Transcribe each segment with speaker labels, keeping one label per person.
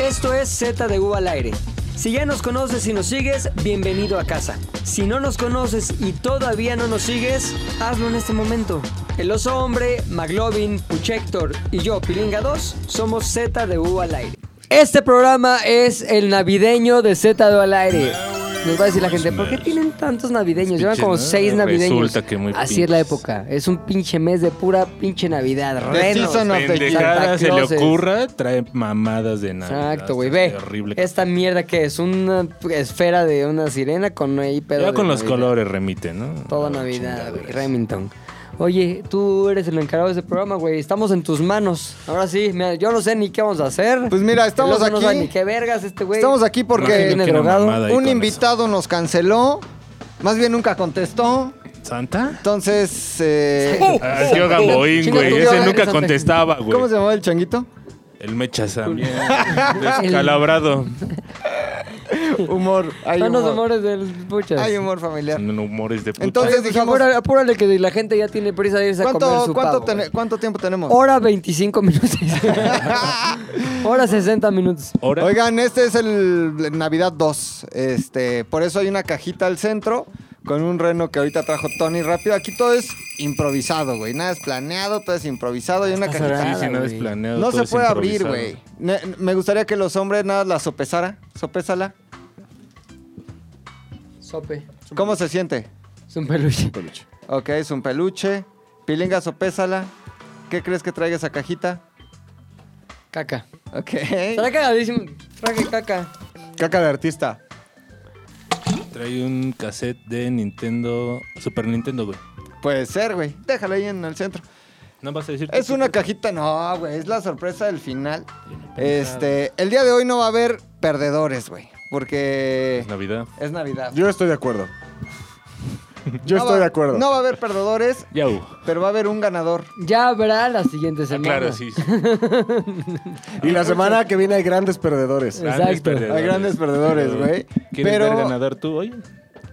Speaker 1: Esto es Z de U al aire. Si ya nos conoces y nos sigues, bienvenido a casa. Si no nos conoces y todavía no nos sigues, hazlo en este momento. El oso hombre, Maglovin, Puchector y yo, Pilinga 2, somos Z de U al aire. Este programa es el navideño de Z de U al aire. Nos va a decir la gente, ¿por qué tienen tantos navideños? Llevan como seis navideños.
Speaker 2: Resulta que muy
Speaker 1: Así es la
Speaker 2: pinches.
Speaker 1: época. Es un pinche mes de pura pinche Navidad.
Speaker 3: The
Speaker 1: Renos.
Speaker 3: season of the year.
Speaker 1: Santa
Speaker 2: Pendejada se le
Speaker 1: Claus es-
Speaker 2: ocurra, trae mamadas de nada.
Speaker 1: Exacto, güey. Ve,
Speaker 2: Horrible.
Speaker 1: esta mierda que es una esfera de una sirena con ahí pedo
Speaker 2: ya
Speaker 1: de
Speaker 2: con los
Speaker 1: Navidad.
Speaker 2: colores remite, ¿no?
Speaker 1: Todo
Speaker 2: Ah,
Speaker 1: Navidad,
Speaker 2: chingaderas.
Speaker 1: güey. Remington. Oye, tú eres el encargado de este programa, güey. Estamos en tus manos. Ahora sí, mira, yo no sé ni qué vamos a hacer.
Speaker 3: Pues mira, estamos
Speaker 1: El oso No
Speaker 3: aquí.
Speaker 1: sabe ni qué vergas este güey.
Speaker 3: Estamos aquí
Speaker 2: Imagino
Speaker 3: porque
Speaker 1: Viene
Speaker 2: que era
Speaker 1: drogado.
Speaker 2: mamada ahí
Speaker 3: un
Speaker 2: con
Speaker 3: invitado nos canceló. Más bien nunca contestó.
Speaker 2: eso. ¿Santa?
Speaker 3: Entonces, eh,
Speaker 2: Ah, el tío Gamboín,
Speaker 1: Uh, Chinga
Speaker 2: güey.
Speaker 1: tu
Speaker 2: Ese
Speaker 3: madre,
Speaker 2: nunca
Speaker 1: Santa.
Speaker 2: contestaba, güey.
Speaker 3: ¿cómo se llamaba el changuito?
Speaker 2: El Mechas también. Descalabrado.
Speaker 3: Humor. Hay
Speaker 1: Son los
Speaker 3: humor.
Speaker 1: amores del puchas.
Speaker 3: Hay humor Mm. familiar.
Speaker 2: En humores de puta.
Speaker 3: Entonces,
Speaker 1: Entonces
Speaker 3: dijimos-
Speaker 1: apúrale, apúrale que la gente ya tiene prisa de irse a comer
Speaker 3: ¿Cuánto,
Speaker 1: su
Speaker 3: cuánto,
Speaker 1: pavo,
Speaker 3: tene-
Speaker 1: güey.
Speaker 3: cuánto tiempo tenemos?
Speaker 1: Hora 25 minutos. Hora 60 minutos.
Speaker 2: Ahora,
Speaker 3: Oigan, este es el Navidad 2. Este, por eso hay una cajita al centro con un reno que ahorita trajo Tony rápido. Aquí todo es improvisado, güey. Nada es planeado, todo es improvisado. Hay una
Speaker 1: Estás
Speaker 3: cajita.
Speaker 2: sí,
Speaker 1: nada,
Speaker 2: sí, nada es
Speaker 1: güey.
Speaker 2: planeado.
Speaker 3: No
Speaker 2: todo
Speaker 3: se
Speaker 2: es
Speaker 3: puede abrir,
Speaker 2: improvisado.
Speaker 3: güey. Ne- Me gustaría que los hombres nada la sopesara. Sopésala.
Speaker 1: Sope.
Speaker 3: ¿Cómo se siente?
Speaker 1: Es un peluche.
Speaker 3: Ok, es un peluche. Pilinga, sopésala. ¿Qué crees que traiga esa cajita?
Speaker 1: Caca.
Speaker 3: Ok.
Speaker 1: Estará cagadísimo. Traje caca.
Speaker 3: Caca de artista.
Speaker 2: Trae un cassette de Nintendo. Super Nintendo, güey.
Speaker 3: Puede ser, güey. Déjala ahí en el centro.
Speaker 2: No vas a decir.
Speaker 3: Es una cajita, no, güey, es la sorpresa del final. Este, el día de hoy no va a haber perdedores, güey, porque
Speaker 2: Es Navidad.
Speaker 3: es Navidad.
Speaker 4: Yo estoy de acuerdo. Yo
Speaker 3: No
Speaker 4: estoy
Speaker 3: va-
Speaker 4: de acuerdo.
Speaker 3: No va a haber perdedores,
Speaker 2: Ya hubo.
Speaker 3: pero va a haber un ganador.
Speaker 1: Ya habrá la siguiente
Speaker 2: Ah,
Speaker 1: semana.
Speaker 2: claro, sí. sí.
Speaker 4: y la semana que viene hay grandes perdedores.
Speaker 2: Grandes
Speaker 1: Exacto.
Speaker 2: perdedores.
Speaker 3: Hay grandes perdedores, güey.
Speaker 2: ¿Quieres
Speaker 3: Pero-
Speaker 2: ver ganador tú hoy?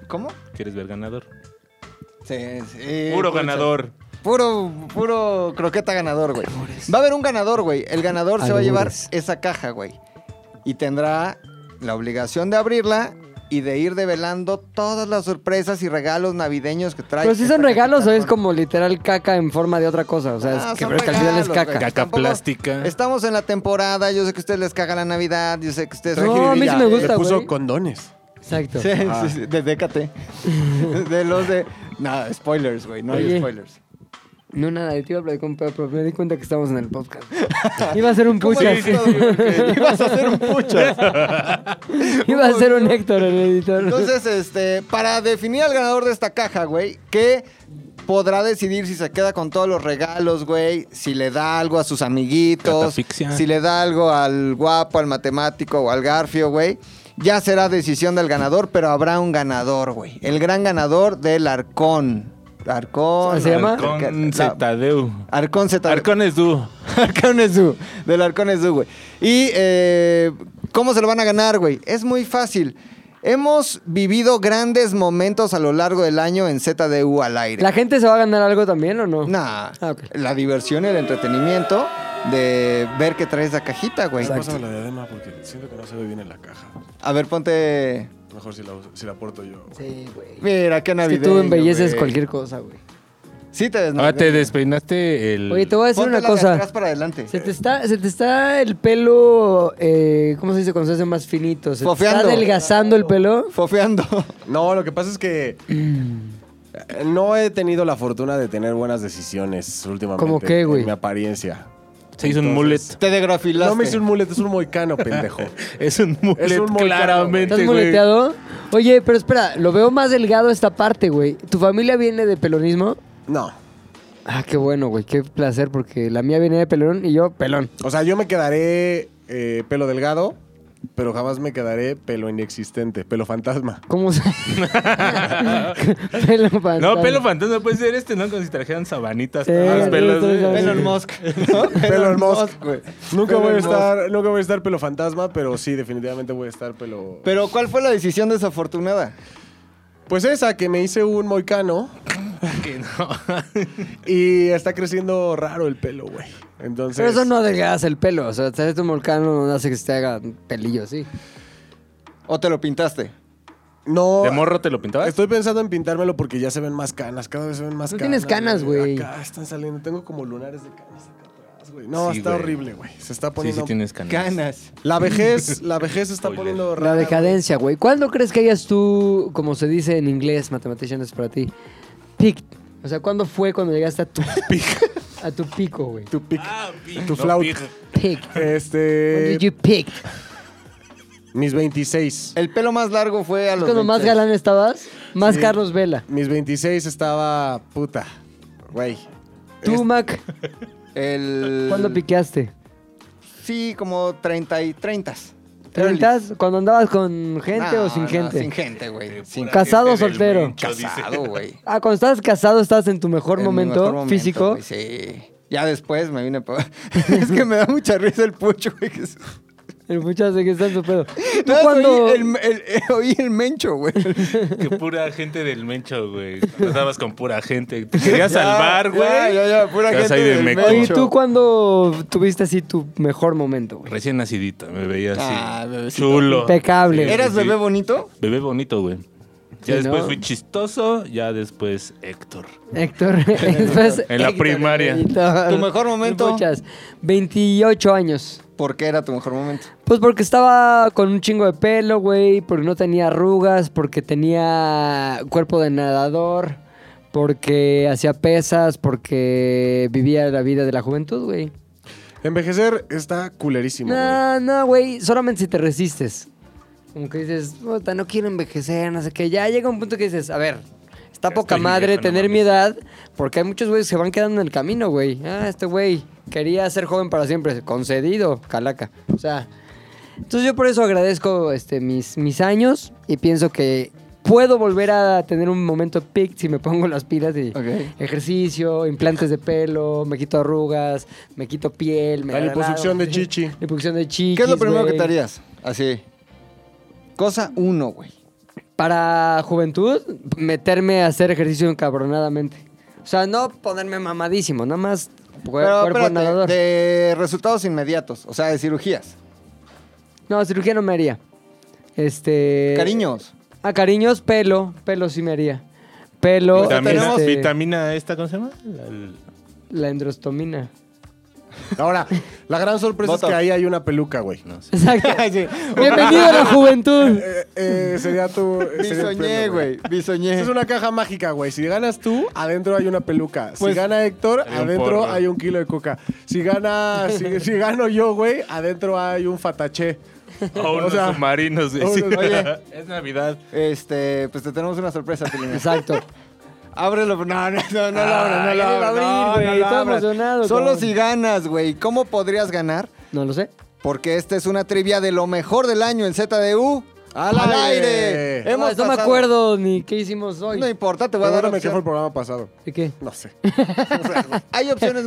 Speaker 3: ¿Cómo?
Speaker 2: ¿Quieres ver ganador?
Speaker 3: Sí, sí.
Speaker 2: Puro
Speaker 3: pucha.
Speaker 2: ganador.
Speaker 3: Puro, puro croqueta ganador, güey. Va a haber un ganador, güey. El ganador se va a llevar
Speaker 1: Albures.
Speaker 3: esa caja, güey. Y tendrá la obligación de abrirla y de ir develando todas las sorpresas y regalos navideños que trae.
Speaker 1: Pero si son
Speaker 3: esta
Speaker 1: regalos o
Speaker 3: cajita
Speaker 1: es
Speaker 3: con-
Speaker 1: como literal caca en forma de otra cosa. O sea,
Speaker 3: Ah,
Speaker 1: es que,
Speaker 3: son
Speaker 1: pero que al final es
Speaker 3: regalos,
Speaker 1: caca.
Speaker 3: güey.
Speaker 2: Caca
Speaker 3: Tampoco-
Speaker 2: plástica.
Speaker 3: Estamos en la temporada, yo sé que a ustedes les caga la Navidad, yo sé que ustedes...
Speaker 1: No, a mí sí me
Speaker 3: jiribilla.
Speaker 1: gusta,
Speaker 4: Le puso
Speaker 1: güey.
Speaker 4: condones.
Speaker 1: Exacto.
Speaker 3: Sí, sí, sí, de Décate. De los de... Nada, spoilers, güey, no
Speaker 1: Oye.
Speaker 3: hay spoilers.
Speaker 1: No, nada, yo te iba a platicar un pedo, pero me di cuenta que estamos en el podcast. Iba a ser un pucha.
Speaker 3: Oye, Ibas a hacer un pucha.
Speaker 1: Iba a ser un Héctor el editor.
Speaker 3: Entonces, este, para definir al ganador de esta caja, güey, que podrá decidir si se queda con todos los regalos, güey, si le da algo a sus amiguitos,
Speaker 2: Catafixia.
Speaker 3: si le da algo al guapo, al matemático o al garfio, güey. Ya será decisión del ganador, pero habrá un ganador, güey. El gran ganador del Arcón. Arcón.
Speaker 1: ¿Se llama?
Speaker 2: Arcón
Speaker 3: La-
Speaker 2: Zetadeu.
Speaker 3: Arcón Z.
Speaker 2: Arcón es dúo.
Speaker 3: Arcones Du, del Arcones Du, güey. Y eh, ¿cómo se lo van a ganar, güey? Es muy fácil. Hemos vivido grandes momentos a lo largo del año en ZDU al aire.
Speaker 1: ¿La gente se va a ganar algo también o no?
Speaker 3: Nah,
Speaker 1: Ah, ok.
Speaker 3: la diversión, el entretenimiento de ver que traes la cajita, güey.
Speaker 4: Pásame la diadema porque siento que no se ve bien en la caja.
Speaker 3: A ver, ponte.
Speaker 4: Mejor si la, uso- si la porto yo. güey.
Speaker 1: Sí, güey.
Speaker 3: Mira, qué
Speaker 1: Es que
Speaker 3: navideño.
Speaker 1: tú embelleces
Speaker 3: güey.
Speaker 1: cualquier cosa, güey.
Speaker 3: Sí, te ves
Speaker 2: Ahora Ah, te
Speaker 3: navideño.
Speaker 2: despeinaste el.
Speaker 1: Oye, te voy a decir
Speaker 3: Póntela
Speaker 1: una
Speaker 3: De atrás
Speaker 1: cosa.
Speaker 3: para adelante.
Speaker 1: Se te está, se te está el pelo, eh, ¿cómo se dice cuando se hace más finito? ¿Se te está
Speaker 3: Fofeando.
Speaker 1: adelgazando el pelo?
Speaker 3: Fofeando.
Speaker 4: No, lo que pasa es que eh, no he tenido la fortuna de tener buenas decisiones últimamente.
Speaker 1: ¿Cómo qué, güey?
Speaker 4: en Mi apariencia.
Speaker 2: Se hizo un mullet.
Speaker 3: te degrafilaste.
Speaker 4: No me hice un mullet, es un moicano, pendejo.
Speaker 2: Es un mullet,
Speaker 4: Es un mullet,
Speaker 2: claramente,
Speaker 1: ¿Estás
Speaker 2: güey.
Speaker 1: muleteado? Oye, pero espera, lo veo más delgado esta parte, güey. ¿Tu familia viene de pelonismo?
Speaker 4: No.
Speaker 1: Ah, qué bueno, güey, qué placer, porque la mía viene de pelón y yo pelón.
Speaker 4: O sea, yo me quedaré eh, pelo delgado, pero jamás me quedaré pelo inexistente, pelo fantasma.
Speaker 1: ¿Cómo se...? pelo fantasma.
Speaker 2: No, pelo fantasma puede ser este, ¿no? Como si trajeran sabanitas.
Speaker 1: Sí,
Speaker 2: todas
Speaker 1: sí,
Speaker 2: pelos,
Speaker 1: sí,
Speaker 2: güey.
Speaker 1: sí, sí.
Speaker 3: Elon Musk. ¿no?
Speaker 4: Pelo Musk,
Speaker 3: güey.
Speaker 4: Nunca
Speaker 3: Elon
Speaker 4: voy a
Speaker 3: Musk.
Speaker 4: estar, nunca voy a estar pelo fantasma, pero sí, definitivamente voy a estar pelo.
Speaker 3: Pero, ¿cuál fue la decisión desafortunada?
Speaker 4: Pues esa, que me hice un moicano. Y está creciendo raro el pelo, güey. Entonces,
Speaker 1: Pero eso no adelgaza el pelo. O sea, hacer un volcán no hace que se te haga pelillo así.
Speaker 3: ¿O te lo pintaste?
Speaker 4: no-
Speaker 2: ¿De morro te lo pintabas?
Speaker 4: Estoy pensando en pintármelo porque ya se ven más canas, cada vez se ven más
Speaker 1: No
Speaker 4: canas.
Speaker 1: tienes canas, güey.
Speaker 4: Acá están saliendo, tengo como lunares de canas acá atrás, güey. No,
Speaker 2: Sí,
Speaker 4: está
Speaker 2: güey.
Speaker 4: horrible, güey. Se está
Speaker 2: Sí,
Speaker 4: poniendo
Speaker 2: sí tienes canas.
Speaker 4: La vejez, la vejez se está
Speaker 2: Spoiler.
Speaker 4: poniendo rara.
Speaker 1: La decadencia, güey. ¿Cuándo crees que hayas tú, como se dice en inglés, mathematicians para ti, pic? O sea, ¿cuándo fue cuando llegaste a tu A tu pico, güey.
Speaker 4: güey. Tu pic.
Speaker 2: Ah, pi-
Speaker 4: Tu
Speaker 2: no, eh,
Speaker 4: flauta.
Speaker 2: pija.
Speaker 1: Pick.
Speaker 3: Eh,
Speaker 1: When
Speaker 4: Este.
Speaker 1: did you pick?
Speaker 4: Mis 26.
Speaker 3: El pelo más largo fue a los
Speaker 1: Cuando más
Speaker 3: 26.
Speaker 1: galán estabas, más
Speaker 4: Sí.
Speaker 1: Carlos Vela.
Speaker 4: Mis 26 estaba puta. Güey.
Speaker 1: Tú,
Speaker 4: Es-
Speaker 1: Mac,
Speaker 3: Este, El...
Speaker 1: ¿cuándo piqueaste?
Speaker 3: Sí, como 30 y 30.
Speaker 1: ¿Treintas? ¿Cuando andabas con gente
Speaker 3: No,
Speaker 1: o sin
Speaker 3: no,
Speaker 1: gente?
Speaker 3: Sin gente, güey. Sin
Speaker 1: pura- ¿Casado o
Speaker 2: Gente del
Speaker 1: soltero?
Speaker 2: Mencho, dice.
Speaker 3: casado, güey.
Speaker 1: Ah, cuando estabas casado, estabas en tu mejor,
Speaker 3: En mi
Speaker 1: momento,
Speaker 3: mejor momento,
Speaker 1: físico.
Speaker 3: güey, sí. Ya después me vine pa- es que me da mucha risa el pucho, güey. que es-
Speaker 1: El muchacho que está en su pedo. ¿Tú
Speaker 3: Nada más
Speaker 1: cuando-
Speaker 3: oí, el, el- eh, oí el mencho, güey.
Speaker 2: Que pura gente del mencho, güey. Tratabas con pura gente. Te querías
Speaker 3: Ya,
Speaker 2: salvar, güey.
Speaker 3: Ya, ya, ya, pura
Speaker 2: Estás
Speaker 3: gente
Speaker 2: ahí de
Speaker 3: del
Speaker 2: meco.
Speaker 1: Oye,
Speaker 3: mencho.
Speaker 1: ¿tú cuándo tuviste así tu mejor momento, güey?
Speaker 2: Recién nacidita, me veía así.
Speaker 3: Ah, bebecito.
Speaker 2: chulo.
Speaker 1: Impecable.
Speaker 2: Sí,
Speaker 3: ¿Eras
Speaker 2: sí.
Speaker 3: bebé bonito?
Speaker 2: Bebé bonito, güey.
Speaker 1: Sí,
Speaker 2: Ya después
Speaker 1: ¿no?
Speaker 2: fui chistoso, ya después Héctor.
Speaker 1: Héctor, después-
Speaker 2: En la
Speaker 1: Héctor,
Speaker 2: primaria.
Speaker 1: Héctor.
Speaker 3: ¿Tu mejor momento?
Speaker 1: Muchas. 28 años.
Speaker 3: ¿Por qué era tu mejor momento?
Speaker 1: Pues porque estaba con un chingo de pelo, güey, porque no tenía arrugas, porque tenía cuerpo de nadador, porque hacía pesas, porque vivía la vida de la juventud, güey.
Speaker 4: Envejecer está culerísimo, güey.
Speaker 1: No, no, güey, solamente si te resistes. Como que dices, puta, no quiero envejecer, no sé qué. Ya llega un punto que dices, a ver, está
Speaker 2: Ya
Speaker 1: poca
Speaker 2: estoy
Speaker 1: madre
Speaker 2: viejo, no
Speaker 1: tener
Speaker 2: mames.
Speaker 1: mi edad, porque hay muchos güeyes que van quedando en el camino, güey. Ah, este güey quería ser joven para siempre, concedido, calaca. O sea, entonces yo por eso agradezco este, mis, mis años y pienso que puedo volver a tener un momento pic si me pongo las pilas y
Speaker 3: Ok.
Speaker 1: ejercicio, implantes de pelo, me quito arrugas, me quito piel, me
Speaker 3: Ah,
Speaker 4: La
Speaker 1: agarro-
Speaker 4: liposucción de chichi.
Speaker 1: Liposucción de chichis.
Speaker 3: ¿Qué es lo primero que te
Speaker 1: güey.
Speaker 3: harías? Así. Cosa uno, güey.
Speaker 1: Para juventud, meterme a hacer ejercicio encabronadamente. O sea, no ponerme mamadísimo, nada más cu-
Speaker 3: Pero,
Speaker 1: cuerpo
Speaker 3: espérate,
Speaker 1: nadador.
Speaker 3: de resultados inmediatos, o sea, de cirugías.
Speaker 1: No, cirugía no me haría. Este.
Speaker 3: Cariños.
Speaker 1: Ah, cariños, pelo. Pelo sí me haría. Pelo.
Speaker 2: Vitamina,
Speaker 1: este,
Speaker 2: vitamina esta, ¿cómo se llama? La- el-
Speaker 1: La endrostomina.
Speaker 4: Ahora, la gran sorpresa
Speaker 3: Botox.
Speaker 4: es que ahí hay una peluca, güey.
Speaker 2: no sé.
Speaker 1: Exacto. Bienvenido a la juventud.
Speaker 4: Eh, eh, sería tu. sería el
Speaker 3: Bisoñé,
Speaker 4: premio,
Speaker 3: güey. Bisoñé.
Speaker 4: Es una caja mágica, güey. Si ganas tú, adentro hay una peluca.
Speaker 3: Pues,
Speaker 4: si gana Héctor,
Speaker 2: hay un
Speaker 4: adentro
Speaker 2: porro.
Speaker 4: hay un kilo de coca. Si gana, si, si gano yo, güey, adentro hay un fataché.
Speaker 2: O unos
Speaker 4: sea,
Speaker 2: submarinos, güey. sí.
Speaker 4: unos-
Speaker 3: oye.
Speaker 2: es Navidad.
Speaker 3: Este, pues te tenemos una sorpresa, Pilina.
Speaker 1: Exacto.
Speaker 3: Ábrelo. No, no, no, no lo abras, no
Speaker 1: Ay,
Speaker 3: lo
Speaker 1: ahí va a
Speaker 3: abras.
Speaker 1: abrir,
Speaker 3: no,
Speaker 1: güey,
Speaker 3: no lo
Speaker 1: todo
Speaker 3: abras.
Speaker 1: emocionado,
Speaker 3: Solo
Speaker 1: cabrón.
Speaker 3: si ganas, güey. ¿Cómo podrías ganar?
Speaker 1: No lo sé.
Speaker 3: Porque esta es una trivia de lo mejor del año en ZDU. ¡Al,
Speaker 4: Al
Speaker 3: aire!
Speaker 4: aire.
Speaker 3: Hemos
Speaker 1: no, no me
Speaker 3: pasado-
Speaker 1: acuerdo ni qué hicimos hoy.
Speaker 3: No importa, te voy a dar
Speaker 4: Perdóname que fue el
Speaker 3: opción.
Speaker 4: programa pasado.
Speaker 1: ¿De qué?
Speaker 4: No sé.
Speaker 3: Hay opciones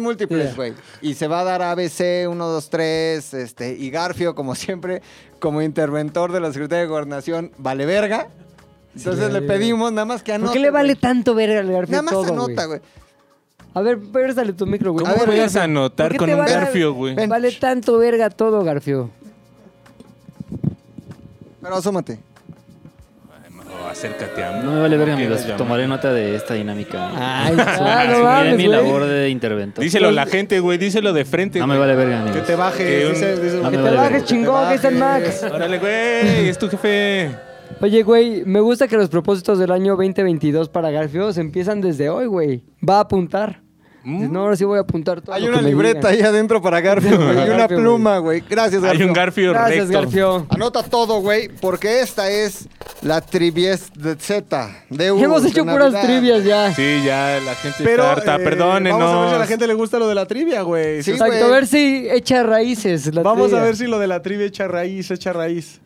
Speaker 3: múltiples,
Speaker 1: Ya.
Speaker 3: güey. Y se va a dar ABC, 1, 2, 3, este, y Garfio, como siempre, como interventor de la Secretaría de Gobernación, vale verga. Entonces
Speaker 1: vale
Speaker 3: le
Speaker 1: verga.
Speaker 3: pedimos nada más que anote.
Speaker 1: ¿Por qué le
Speaker 3: güey.
Speaker 1: vale tanto verga al Garfio
Speaker 3: Nada más
Speaker 1: todo,
Speaker 3: anota,
Speaker 1: güey?
Speaker 3: güey.
Speaker 1: A ver, pérsale tu micro, güey.
Speaker 2: ¿Cómo
Speaker 1: A ver,
Speaker 2: puedes
Speaker 1: Garfio,
Speaker 2: anotar
Speaker 1: ¿por qué
Speaker 2: con
Speaker 1: te
Speaker 2: un
Speaker 1: vale-
Speaker 2: Garfio, güey?
Speaker 3: Ven.
Speaker 1: Vale tanto verga todo, Garfio.
Speaker 3: Pero asómate.
Speaker 2: O acércate a mí.
Speaker 5: No me vale verga,
Speaker 2: ¿Quieres
Speaker 5: amigos.
Speaker 2: llamar? Tomaré-
Speaker 5: Tomaré nota de esta dinámica.
Speaker 1: Ay, ah, no
Speaker 5: Asumiré
Speaker 1: mames,
Speaker 5: mi
Speaker 1: güey.
Speaker 5: labor de interventor.
Speaker 2: Díselo a la gente, güey. Díselo de frente.
Speaker 5: No me
Speaker 2: güey.
Speaker 5: vale verga, amigos.
Speaker 4: Que te baje.
Speaker 2: Que un-
Speaker 4: dice- dice-
Speaker 5: No
Speaker 1: Que te
Speaker 5: me vale
Speaker 1: bajes,
Speaker 5: verga.
Speaker 1: chingón, que está el Max.
Speaker 2: Órale, güey. Es tu jefe.
Speaker 1: Oye, güey, me gusta que los propósitos del año 2022 para Garfio se empiezan desde hoy, güey. Va a apuntar.
Speaker 2: ¿Mm?
Speaker 1: Dices, No, ahora sí voy a apuntar todo.
Speaker 3: Hay
Speaker 1: lo
Speaker 3: una
Speaker 1: que me
Speaker 3: libreta ahí
Speaker 1: digan".
Speaker 3: adentro para Garfio, güey, y una
Speaker 1: Garfio,
Speaker 3: pluma, güey. Gracias, Garfio.
Speaker 2: Hay un Garfio
Speaker 1: Gracias,
Speaker 2: recto.
Speaker 1: Garfio.
Speaker 3: Anota todo, güey, porque esta es la triviez de Z. De U,
Speaker 1: Hemos
Speaker 3: de
Speaker 1: hecho
Speaker 3: Navidad.
Speaker 1: puras trivias ya.
Speaker 2: Sí, ya la gente
Speaker 4: Pero.
Speaker 2: está harta.
Speaker 4: eh,
Speaker 2: Perdónenos.
Speaker 4: Vamos a ver si a la gente le gusta lo de la trivia, güey.
Speaker 3: Sí,
Speaker 1: Exacto, a
Speaker 3: güey.
Speaker 1: ver si echa raíces. la
Speaker 4: Vamos a
Speaker 1: trivia.
Speaker 4: ver si lo de la trivia echa raíz, echa raíz.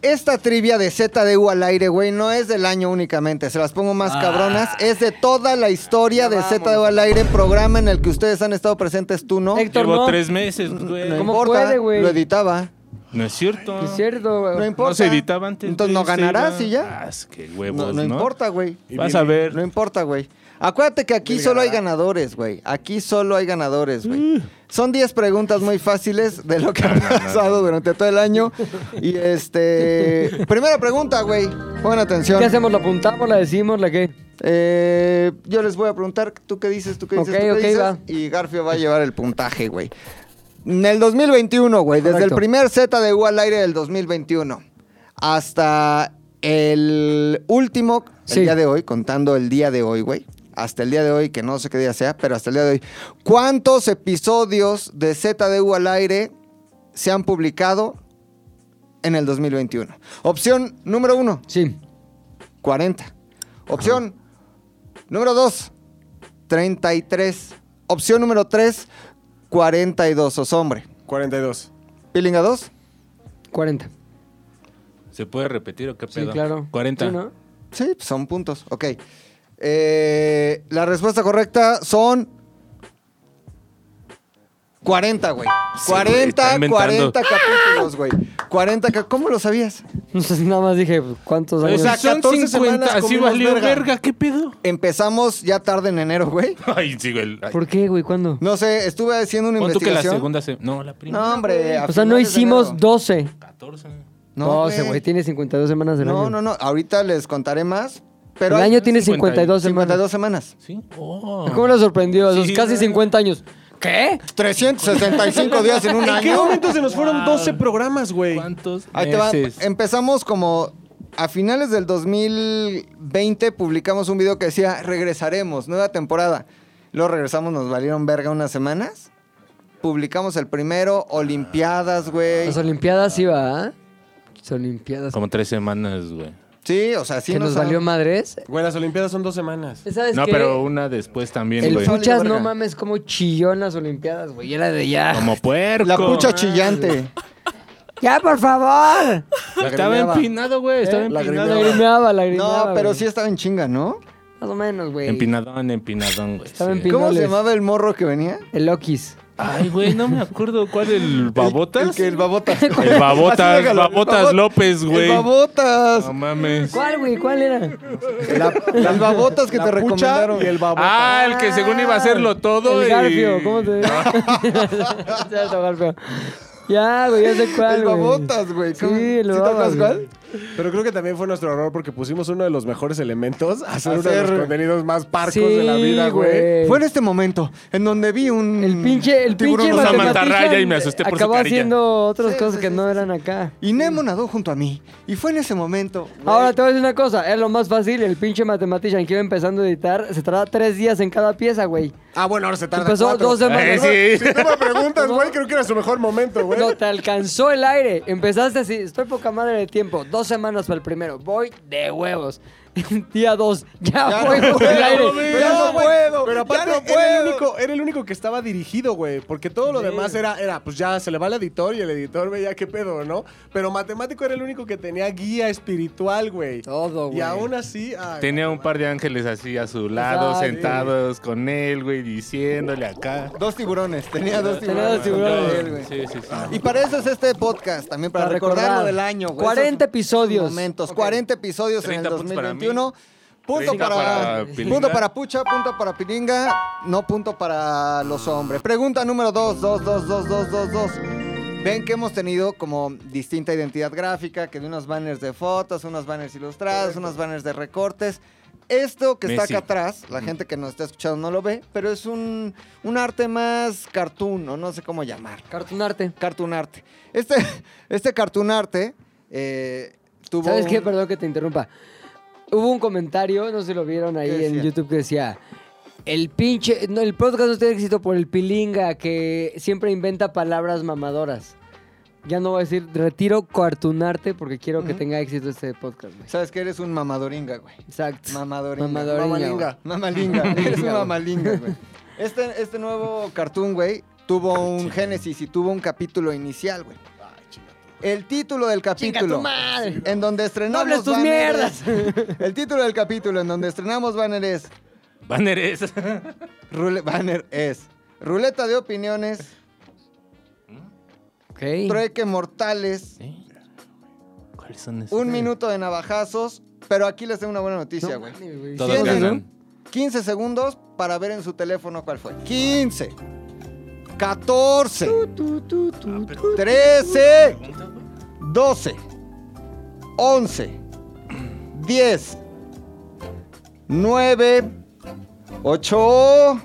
Speaker 3: Esta trivia de ZDU al aire, güey, no es del año únicamente, se las pongo más cabronas, es de toda la historia de ZDU al aire, programa en el que ustedes han estado presentes, tú no.
Speaker 1: Héctor,
Speaker 2: Llevo
Speaker 1: no.
Speaker 2: tres meses, güey.
Speaker 3: No
Speaker 1: ¿Cómo
Speaker 3: importa,
Speaker 1: puede, güey?
Speaker 3: Lo editaba.
Speaker 2: No es cierto.
Speaker 1: No Es cierto, güey.
Speaker 3: No importa.
Speaker 2: No se editaba antes.
Speaker 3: Entonces no
Speaker 2: güey, se
Speaker 3: ganarás
Speaker 2: iba.
Speaker 3: y ya.
Speaker 2: Ah, es que
Speaker 3: No,
Speaker 2: huevos,
Speaker 3: no
Speaker 2: ¿no?
Speaker 3: importa, güey.
Speaker 2: Vas a ver.
Speaker 3: No importa, güey. Acuérdate que aquí solo hay ganadores, güey. Aquí solo hay ganadores, güey. Son 10 preguntas muy fáciles de lo que ha pasado durante todo el año. Y este. Primera pregunta, güey. Pon atención.
Speaker 1: ¿Qué hacemos? ¿La apuntamos? ¿La decimos? ¿La qué?
Speaker 3: Eh, yo les voy a preguntar, ¿tú qué dices? ¿Tú qué dices?
Speaker 1: Ok,
Speaker 3: ¿Tú qué
Speaker 1: ok,
Speaker 3: dices?
Speaker 1: va.
Speaker 3: Y Garfio va a llevar el puntaje, güey. En el 2021, güey, desde el
Speaker 1: Correcto.
Speaker 3: primer Z de U al aire del 2021 hasta el último, el
Speaker 1: Sí.
Speaker 3: día de hoy, contando el día de hoy, güey. Hasta el día de hoy, que no sé qué día sea, pero hasta el día de hoy. ¿Cuántos episodios de Z de U al aire se han publicado en el 2021? Opción número uno,
Speaker 1: Sí.
Speaker 3: 40. Opción número 2, 33. Opción número 3, 42. Os hombre.
Speaker 4: 42.
Speaker 3: Pilinga 2.
Speaker 1: 40.
Speaker 2: ¿Se puede repetir o qué
Speaker 1: Sí,
Speaker 2: pedo?
Speaker 1: claro.
Speaker 2: 40.
Speaker 1: Sí, ¿no?
Speaker 3: Sí, son puntos. Ok. Eh, la respuesta correcta son 40, güey.
Speaker 2: Sí, güey,
Speaker 3: 40,
Speaker 2: está inventando.
Speaker 3: 40 capítulos, güey. 40, ca- ¿cómo lo sabías?
Speaker 1: No sé, nada más dije, pues, ¿cuántos
Speaker 2: O
Speaker 1: años?
Speaker 2: sea, son
Speaker 4: 14
Speaker 2: 50.
Speaker 4: semanas
Speaker 2: Así
Speaker 4: comimos
Speaker 2: valió
Speaker 4: verga.
Speaker 2: verga. ¿Qué pedo?
Speaker 3: Empezamos ya tarde en enero, güey.
Speaker 2: Ay, sí, güey. Ay.
Speaker 1: ¿Por qué, güey? ¿Cuándo?
Speaker 3: No sé, estuve haciendo una
Speaker 2: Pon tú que la
Speaker 3: investigación.
Speaker 2: segunda se... No, la primera.
Speaker 3: No, hombre. a
Speaker 1: o sea, no
Speaker 3: finales de
Speaker 1: hicimos
Speaker 3: enero.
Speaker 1: 12.
Speaker 2: 14.
Speaker 3: No,
Speaker 1: 12, güey.
Speaker 3: güey.
Speaker 1: Tiene 52 semanas del
Speaker 3: No,
Speaker 1: año.
Speaker 3: no, no. Ahorita les contaré más. Pero
Speaker 1: el
Speaker 3: hay
Speaker 1: año tiene 52,
Speaker 2: 52
Speaker 3: 52 semanas.
Speaker 2: ¿Sí? Oh.
Speaker 1: semanas. ¿Cómo lo sorprendió? A sus
Speaker 2: Sí,
Speaker 1: casi
Speaker 2: güey.
Speaker 1: 50 años. ¿Qué?
Speaker 3: 365 días en un
Speaker 4: ¿En qué
Speaker 3: año.
Speaker 4: momento se nos fueron 12 programas, güey?
Speaker 2: ¿Cuántos
Speaker 3: Ahí te va.
Speaker 2: meses?
Speaker 3: Empezamos como a finales del 2020 publicamos un video que decía regresaremos, nueva temporada. Luego regresamos, nos valieron verga unas semanas. Publicamos el primero, Olimpiadas, güey.
Speaker 1: Las Olimpiadas iba, ¿ah? Las Olimpiadas.
Speaker 2: Como tres semanas, güey.
Speaker 3: Sí, o sea, sí
Speaker 1: que nos valió madres.
Speaker 4: Güey, las Olimpiadas son dos semanas.
Speaker 1: ¿Sabes
Speaker 2: No,
Speaker 1: qué?
Speaker 2: pero una después también,
Speaker 1: El
Speaker 2: güey.
Speaker 3: sol-
Speaker 1: Puchas, no
Speaker 3: verga.
Speaker 1: mames, como chilló en las Olimpiadas, güey. Era de ya.
Speaker 2: Como puerco.
Speaker 3: La pucha chillante.
Speaker 1: ¡Ya, por favor!
Speaker 2: Estaba
Speaker 3: Lagrimeaba.
Speaker 2: empinado, güey. Estaba
Speaker 3: ¿Eh?
Speaker 2: empinado.
Speaker 4: lagrimeaba.
Speaker 1: Lagrimeaba, lagrimeaba.
Speaker 3: No, pero
Speaker 1: güey.
Speaker 3: sí estaba en chinga, ¿no?
Speaker 1: Más o menos, güey.
Speaker 2: Empinadón, empinadón, güey.
Speaker 1: Estaba
Speaker 2: sí.
Speaker 1: empinado.
Speaker 3: ¿Cómo se
Speaker 1: Pinoles.
Speaker 3: llamaba el morro que venía?
Speaker 1: El Lokis.
Speaker 2: Ay, güey, no me acuerdo cuál el babotas.
Speaker 3: El, el que el babotas.
Speaker 2: El babotas,
Speaker 3: Así déjalo, el
Speaker 2: babotas
Speaker 3: babot-
Speaker 2: López, güey.
Speaker 3: El babotas.
Speaker 2: No mames.
Speaker 1: ¿Cuál, güey? ¿Cuál era?
Speaker 3: La- las babotas que te recomendaron.
Speaker 4: y el babo.
Speaker 2: Ah, el que según iba a hacerlo
Speaker 1: Ah,
Speaker 2: todo.
Speaker 1: El
Speaker 2: y-
Speaker 1: Garfio, ¿cómo te Cierto, Garfio. Ya, güey, ya sé cuál,
Speaker 3: El
Speaker 1: güey.
Speaker 3: babotas, güey.
Speaker 1: Sí,
Speaker 3: ¿Cómo-
Speaker 1: el
Speaker 3: ¿Sí te
Speaker 1: babas,
Speaker 3: acuerdas
Speaker 1: güey.
Speaker 3: cuál?
Speaker 4: Pero creo que también fue nuestro error porque pusimos uno de los mejores elementos a hacer, uno de
Speaker 3: Hacer-
Speaker 4: los contenidos más parcos
Speaker 1: Sí,
Speaker 4: de la vida, güey.
Speaker 1: güey.
Speaker 3: Fue en este momento en donde vi un
Speaker 1: El pinche, el
Speaker 3: tiburón
Speaker 1: pinche
Speaker 2: o sea,
Speaker 3: rosado.
Speaker 1: matemático
Speaker 2: mantarraya y me asusté por su
Speaker 1: acabó
Speaker 2: carilla.
Speaker 1: haciendo otras
Speaker 3: Sí,
Speaker 1: cosas
Speaker 3: sí,
Speaker 1: que
Speaker 3: sí,
Speaker 1: no
Speaker 3: sí,
Speaker 1: eran acá.
Speaker 3: Y Nemo nadó junto a mí. Y fue en ese momento. güey.
Speaker 1: Ahora te voy a decir una cosa, es lo más fácil, el pinche matematician que iba empezando a editar, se tarda tres días en cada pieza, güey.
Speaker 4: Ah, bueno, ahora se tarda
Speaker 1: Empezó
Speaker 4: cuatro.
Speaker 1: dos
Speaker 2: Eh,
Speaker 1: semanas.
Speaker 2: sí.
Speaker 4: Si tú me preguntas, güey, creo que era su mejor momento, güey.
Speaker 1: No, te alcanzó el aire. Empezaste así, estoy poca madre de tiempo. Dos semanas para el primero. Voy de huevos. Día dos, ya,
Speaker 3: Ya
Speaker 1: voy
Speaker 3: no
Speaker 1: por el
Speaker 3: puedo,
Speaker 1: aire.
Speaker 3: güey.
Speaker 4: Pero
Speaker 3: Ya
Speaker 4: no,
Speaker 3: no
Speaker 4: güey,
Speaker 3: puedo,
Speaker 4: Pero
Speaker 3: ya
Speaker 4: aparte,
Speaker 3: no
Speaker 4: Era, el
Speaker 3: puedo.
Speaker 4: único, era el único que estaba dirigido, güey. Porque todo lo demás era, era, pues ya se le va al editor y el editor veía qué pedo, ¿no? Pero matemático era el único que tenía guía espiritual, güey.
Speaker 1: Todo, güey.
Speaker 4: Y aún así. ay,
Speaker 2: Tenía un par de ángeles así a su lado,
Speaker 1: Ah, sí.
Speaker 2: sentados con él, güey, diciéndole acá.
Speaker 3: Dos tiburones. Tenía dos
Speaker 1: Tenía dos
Speaker 3: tiburones.
Speaker 1: tiburones.
Speaker 3: Él, güey.
Speaker 2: Sí, sí, sí.
Speaker 3: Y para eso es este podcast, también para,
Speaker 1: Para
Speaker 3: recordar
Speaker 1: recordar.
Speaker 3: lo del año, güey.
Speaker 1: 40
Speaker 3: Esos
Speaker 1: episodios.
Speaker 3: Momentos, 40 episodios en el
Speaker 2: 30 puntos para
Speaker 3: 2021.
Speaker 2: mí.
Speaker 3: Punto
Speaker 2: 30
Speaker 3: para,
Speaker 2: para Pilinga.
Speaker 3: punto para Pucha, punto para Pilinga, no punto para los hombres. Pregunta número 2, 2, 2, 2, 2, 2, 2. Ven que hemos tenido como distinta identidad gráfica, que de unos banners de fotos, unos banners ilustrados, unos banners de recortes. Esto que
Speaker 2: Messi.
Speaker 3: está acá atrás, la gente que nos está escuchando no lo ve, pero es un, un arte más cartoon, o no sé cómo llamar.
Speaker 1: Cartunarte.
Speaker 3: Cartunarte. Este, este cartunarte eh, tuvo.
Speaker 1: ¿Sabes qué?
Speaker 3: un-
Speaker 1: Perdón que te interrumpa. Hubo un comentario, no sé si lo vieron ahí
Speaker 3: ¿Qué
Speaker 1: en
Speaker 3: decía?
Speaker 1: YouTube que decía. El pinche. No, el podcast no tiene éxito por el pilinga que siempre inventa palabras mamadoras. Ya no voy a decir, retiro cartunarte porque quiero que tenga éxito este podcast, güey.
Speaker 3: Sabes que eres un mamadoringa, güey.
Speaker 1: Exacto.
Speaker 3: Mamadoringa.
Speaker 1: Mamadoringa,
Speaker 3: Mamalinga. Mamalinga. eres un mamalinga, güey. Este, este nuevo cartoon, güey, tuvo un génesis y tuvo un capítulo inicial, güey. El título del
Speaker 1: Chinga tu
Speaker 3: capítulo.
Speaker 1: madre.
Speaker 3: En donde estrenamos.
Speaker 1: hables tus
Speaker 3: banners- El título del capítulo en donde estrenamos banner es.
Speaker 2: Banneres.
Speaker 3: Rule- banner es. Ruleta de opiniones.
Speaker 1: Ok.
Speaker 3: Trueque Mortales,
Speaker 2: ¿Eh? ¿Cuáles son esos?
Speaker 3: un minuto de navajazos. Pero aquí les tengo una buena noticia, güey.
Speaker 2: Todas
Speaker 3: ¿Tienen?
Speaker 2: ganan.
Speaker 3: 15 segundos para ver en su teléfono cuál fue. 15. 14. 13. 12. 11. 10. 9. 8.